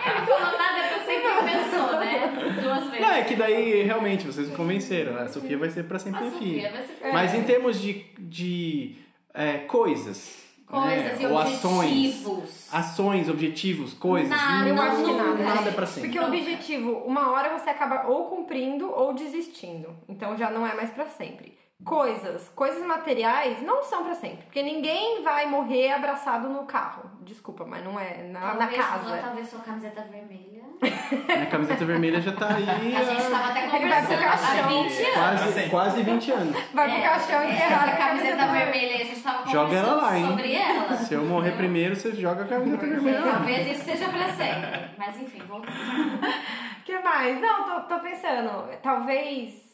[SPEAKER 4] Ele não falou nada que eu sempre pensou, né? Duas vezes.
[SPEAKER 3] Não, é que daí realmente vocês me convenceram. né? A Sofia vai ser pra
[SPEAKER 4] a
[SPEAKER 3] sempre
[SPEAKER 4] Sofia
[SPEAKER 3] filha.
[SPEAKER 4] vai ser
[SPEAKER 3] Mas em termos de, de é, coisas,
[SPEAKER 4] coisas
[SPEAKER 3] né,
[SPEAKER 4] e
[SPEAKER 3] ou ações,
[SPEAKER 4] assim, objetivos.
[SPEAKER 3] ações, objetivos, coisas,
[SPEAKER 4] Nada,
[SPEAKER 2] Eu
[SPEAKER 3] não,
[SPEAKER 2] acho que nada.
[SPEAKER 3] nada é pra
[SPEAKER 2] Porque
[SPEAKER 3] sempre.
[SPEAKER 2] o objetivo, uma hora você acaba ou cumprindo ou desistindo. Então já não é mais pra sempre. Coisas, coisas materiais não são pra sempre, porque ninguém vai morrer abraçado no carro. Desculpa, mas não é na, na
[SPEAKER 4] Talvez sua-
[SPEAKER 2] casa.
[SPEAKER 4] Talvez sua camiseta vermelha.
[SPEAKER 3] Minha camiseta vermelha já tá aí
[SPEAKER 4] A gente
[SPEAKER 3] há
[SPEAKER 4] tava até
[SPEAKER 2] Ele vai pro
[SPEAKER 4] conversando há
[SPEAKER 2] caixão.
[SPEAKER 4] 20 anos.
[SPEAKER 1] Pra
[SPEAKER 3] quase,
[SPEAKER 1] sempre.
[SPEAKER 3] quase 20 anos.
[SPEAKER 2] Vai pro
[SPEAKER 4] É,
[SPEAKER 2] caixão e enterrar
[SPEAKER 4] Essa
[SPEAKER 2] a
[SPEAKER 4] camiseta vermelha, aí, a gente tava conversando
[SPEAKER 3] Joga ela lá, hein?
[SPEAKER 4] sobre ela.
[SPEAKER 3] Se eu morrer primeiro, você joga a camiseta vermelha. lá.
[SPEAKER 4] Talvez isso seja pra sempre. Mas enfim, voltando.
[SPEAKER 2] que mais? Não, tô, tô pensando, talvez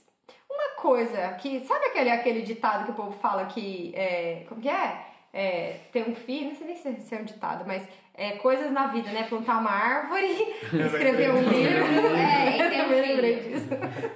[SPEAKER 2] uma coisa que. Sabe aquele, aquele ditado que o povo fala que. É, como que é? É, ter um filho, não sei nem se- se é um ditado, mas é, coisas na vida, né? Plantar uma árvore, escrever um livro.
[SPEAKER 4] É, e ter um
[SPEAKER 2] eu me lembrei
[SPEAKER 4] filho.
[SPEAKER 2] disso.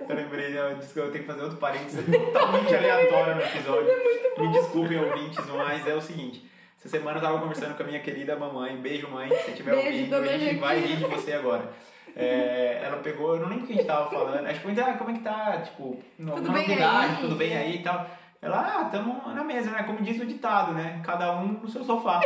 [SPEAKER 1] Eu lembrei né, disso que eu tenho que fazer outro parênteses totalmente aleatório no episódio.
[SPEAKER 2] É
[SPEAKER 1] Me desculpem, ouvintes, mas é o seguinte. Essa semana eu tava conversando com a minha querida mamãe. Beijo, mãe. Se tiver
[SPEAKER 2] Beijo,
[SPEAKER 1] ouvindo,
[SPEAKER 2] dona
[SPEAKER 1] a gente
[SPEAKER 2] Jaqueline.
[SPEAKER 1] vai rir de você agora. É, ela pegou, eu não lembro o que a gente tava falando. Acho que eu perguntei, ah, como é que tá? Tipo, no,
[SPEAKER 2] Tudo
[SPEAKER 1] na
[SPEAKER 2] bem
[SPEAKER 1] novidade,
[SPEAKER 2] aí?
[SPEAKER 1] tudo bem aí e tal. Ela, ah, tamo na mesa, né? Como diz o ditado, né? Cada um no seu sofá.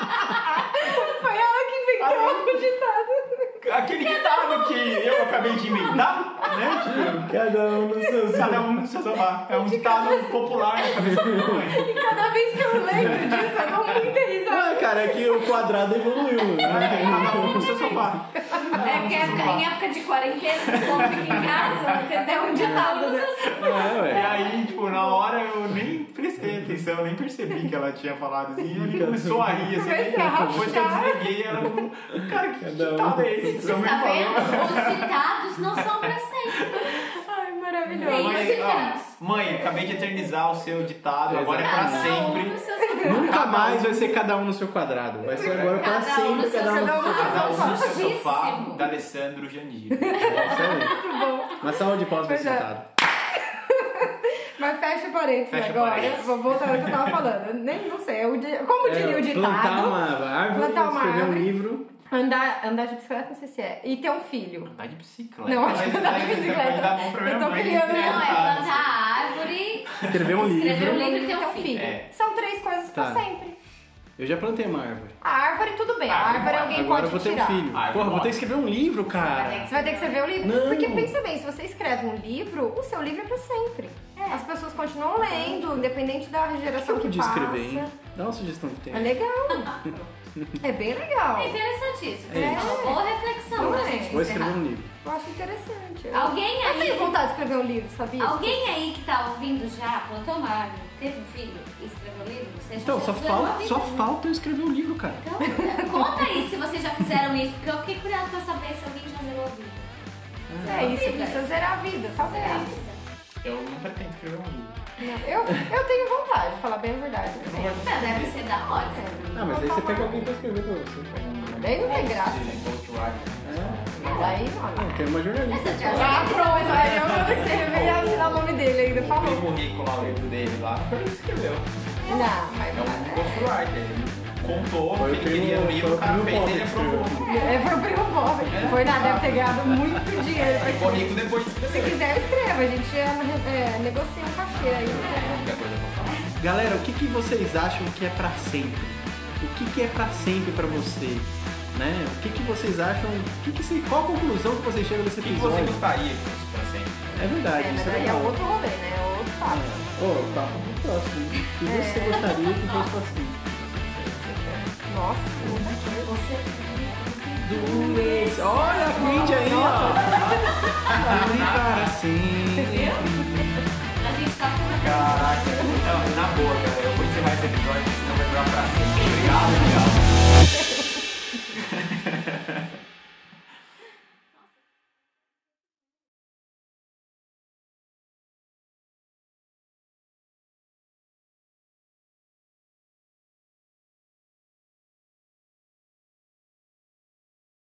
[SPEAKER 2] Foi ela que inventou o ditado.
[SPEAKER 1] Aquele ditado que eu acabei de inventar, né? Tipo,
[SPEAKER 3] Cada um no seu
[SPEAKER 1] cada um no seu sofá. É um ditado popular na cabeça da minha mãe.
[SPEAKER 2] E cada vez que eu lembro disso, eu dou muita risada.
[SPEAKER 3] Ah, cara, é que o quadrado evoluiu.
[SPEAKER 1] É, cada um no
[SPEAKER 3] Né?
[SPEAKER 1] seu sofá.
[SPEAKER 4] É que época- em época de quarentena, o povo fica em casa, tem até um ditado no seu
[SPEAKER 3] É,
[SPEAKER 1] E
[SPEAKER 3] ué.
[SPEAKER 1] aí, tipo, na hora eu nem prestei atenção, nem percebi que ela tinha falado assim. E ele começou a rir, assim.
[SPEAKER 2] Comecei a
[SPEAKER 1] Depois que eu
[SPEAKER 2] rachar.
[SPEAKER 1] desliguei, ela falou, cara, que
[SPEAKER 3] Cada um.
[SPEAKER 1] ditado é esse que sua mãe
[SPEAKER 4] Tá vendo?
[SPEAKER 1] falou?
[SPEAKER 4] Os ditados não são pra sempre.
[SPEAKER 2] Ai,
[SPEAKER 4] Tem
[SPEAKER 2] maravilhoso.
[SPEAKER 1] Mãe,
[SPEAKER 4] isso,
[SPEAKER 1] ó,
[SPEAKER 4] gente.
[SPEAKER 1] mãe, acabei de eternizar o seu ditado, agora é pra
[SPEAKER 4] Cada um
[SPEAKER 1] sempre.
[SPEAKER 4] no seu sofá.
[SPEAKER 3] Nunca mais vai ser cada um no seu quadrado. Vai ser agora pra
[SPEAKER 4] Cada um no
[SPEAKER 3] sempre
[SPEAKER 4] seu
[SPEAKER 3] cada um no seu
[SPEAKER 4] sofá.
[SPEAKER 3] quadrado.
[SPEAKER 1] Cada um no um seu sofá,
[SPEAKER 4] Novíssimo.
[SPEAKER 1] da Alessandro Jandir.
[SPEAKER 3] Isso aí.
[SPEAKER 2] Muito bom.
[SPEAKER 3] Uma salva de palmas pra esse
[SPEAKER 2] Pois é.
[SPEAKER 3] ditado.
[SPEAKER 2] Mas fecha o parênteses
[SPEAKER 1] Fecha o
[SPEAKER 2] agora.
[SPEAKER 1] parênteses.
[SPEAKER 2] Vou voltar ao que eu tava falando. Eu Nem não sei. Eu, di- como diria o ditado?
[SPEAKER 3] É, Plantar uma árvore,
[SPEAKER 2] Plantar uma
[SPEAKER 3] escrever
[SPEAKER 2] árvore.
[SPEAKER 3] um livro.
[SPEAKER 2] Andar, andar de bicicleta, não sei se é. E ter um filho.
[SPEAKER 1] Andar Tá de bicicleta.
[SPEAKER 2] Não, acho que andar de
[SPEAKER 1] Pode dar bom pra
[SPEAKER 2] bicicleta.
[SPEAKER 1] minha
[SPEAKER 2] Eu tô
[SPEAKER 1] mãe,
[SPEAKER 2] criando. tá-
[SPEAKER 1] né?
[SPEAKER 4] Não, é plantar árvore.
[SPEAKER 3] Escrever um
[SPEAKER 4] Escrever
[SPEAKER 3] livro.
[SPEAKER 4] um livro e ter um filho.
[SPEAKER 1] É.
[SPEAKER 2] São três coisas
[SPEAKER 3] Tá.
[SPEAKER 2] pra sempre.
[SPEAKER 3] Eu já plantei uma árvore.
[SPEAKER 2] A árvore, tutudo bem. A
[SPEAKER 1] Árvore,
[SPEAKER 2] árvore alguém
[SPEAKER 3] Ah, Agora eu
[SPEAKER 2] pode
[SPEAKER 3] vou ter
[SPEAKER 2] tirar.
[SPEAKER 3] um filho.
[SPEAKER 1] Árvore
[SPEAKER 3] Porra, vou
[SPEAKER 1] morre.
[SPEAKER 3] ter que escrever um livro, cara.
[SPEAKER 2] Você vai ter que escrever o livro?
[SPEAKER 3] Não.
[SPEAKER 2] Porque pensa bem, se você escreve um livro, o seu livro é pra sempre. As pessoas continuam lendo, independente da
[SPEAKER 3] O que
[SPEAKER 2] geração
[SPEAKER 3] eu
[SPEAKER 2] que,
[SPEAKER 3] podia
[SPEAKER 2] passa.
[SPEAKER 3] escrever, hein? Dá uma sugestão de
[SPEAKER 2] É
[SPEAKER 3] tema.
[SPEAKER 2] legal. é bem legal.
[SPEAKER 4] É interessantíssimo.
[SPEAKER 3] É
[SPEAKER 4] É uma
[SPEAKER 2] isso.
[SPEAKER 4] boa reflexão
[SPEAKER 2] Não
[SPEAKER 4] pra
[SPEAKER 2] é.
[SPEAKER 4] gente
[SPEAKER 3] Vou escrever
[SPEAKER 4] encerrar.
[SPEAKER 3] um livro.
[SPEAKER 2] Eu acho interessante.
[SPEAKER 4] Alguém
[SPEAKER 2] um- Eu tenho
[SPEAKER 4] aí,
[SPEAKER 2] vontade de escrever um livro, sabia?
[SPEAKER 4] alguém aí que tá ouvindo já plantou uma árvore, teve um filho e escreveu um livro? Você já
[SPEAKER 3] Então, só
[SPEAKER 4] já ganhou a
[SPEAKER 3] falta,
[SPEAKER 4] vida,
[SPEAKER 3] só
[SPEAKER 4] né?
[SPEAKER 3] falta eu escrever um livro, cara.
[SPEAKER 4] Então, conta aí se vocês já fizeram isso, porque eu fiquei curiosa pra saber se alguém já zerou a vida.
[SPEAKER 2] É isso, precisa zerar a vida, talvez.
[SPEAKER 4] Zerar a vida.
[SPEAKER 1] Eu não pretendo escrever um livro.
[SPEAKER 4] É.
[SPEAKER 2] Eu, eu tenho vontade, falar bem a verdade.
[SPEAKER 4] Tá, deve ser da hora.
[SPEAKER 3] Ah, mas aí você pega alguém pra escrever pra você.
[SPEAKER 1] né?
[SPEAKER 2] Daí não tem É graça.
[SPEAKER 1] Ghostwriter.
[SPEAKER 3] É.
[SPEAKER 2] Mas aí, olha.
[SPEAKER 3] Eu quero uma jornalista.
[SPEAKER 4] Essa de
[SPEAKER 2] Já pronto, aí eu não sei, eu ia assinar o nome dele ainda,
[SPEAKER 1] Tem
[SPEAKER 2] falou.
[SPEAKER 1] o currículo lá, o livro dele lá, foi ele que escreveu.
[SPEAKER 2] Não, mas
[SPEAKER 1] É um ghostwriter. Ele contou
[SPEAKER 3] Foi
[SPEAKER 1] o
[SPEAKER 3] o
[SPEAKER 1] que ele queria
[SPEAKER 3] primo-
[SPEAKER 1] o livro,
[SPEAKER 3] foi
[SPEAKER 1] o
[SPEAKER 3] o
[SPEAKER 1] cara
[SPEAKER 3] primo
[SPEAKER 1] fez,
[SPEAKER 3] Bob
[SPEAKER 1] ele
[SPEAKER 3] que
[SPEAKER 1] aprovou.
[SPEAKER 2] É, foi o primo pobre. Foi nada, deve ter ganhado muito dinheiro pra
[SPEAKER 1] O
[SPEAKER 2] escrever.
[SPEAKER 1] currículo depois de
[SPEAKER 2] Se
[SPEAKER 1] escrever.
[SPEAKER 2] quiser, eu escrevo. A gente é, é, negocia um cachê aí. né?
[SPEAKER 1] Qualquer coisa eu vou falar.
[SPEAKER 3] Galera, o que, que vocês acham que é pra sempre? O que, que é pra sempre pra você? Né? O que, que vocês acham? O que que se- qual a conclusão que vocês chegam desse
[SPEAKER 1] O que que você
[SPEAKER 3] episódio?
[SPEAKER 1] gostaria que fosse pra sempre?
[SPEAKER 3] É verdade,
[SPEAKER 2] É,
[SPEAKER 3] isso
[SPEAKER 2] mas
[SPEAKER 3] é
[SPEAKER 2] aí é
[SPEAKER 3] legal.
[SPEAKER 2] outro rolê, né? É Outro papo.
[SPEAKER 3] Ô, papo do próximo. O que
[SPEAKER 2] É.
[SPEAKER 3] você gostaria que fosse assim? pra sempre?
[SPEAKER 2] Nossa, puta que
[SPEAKER 3] Do ex. Olha a Queen aí, ó. Ali Tá para sempre.
[SPEAKER 4] tá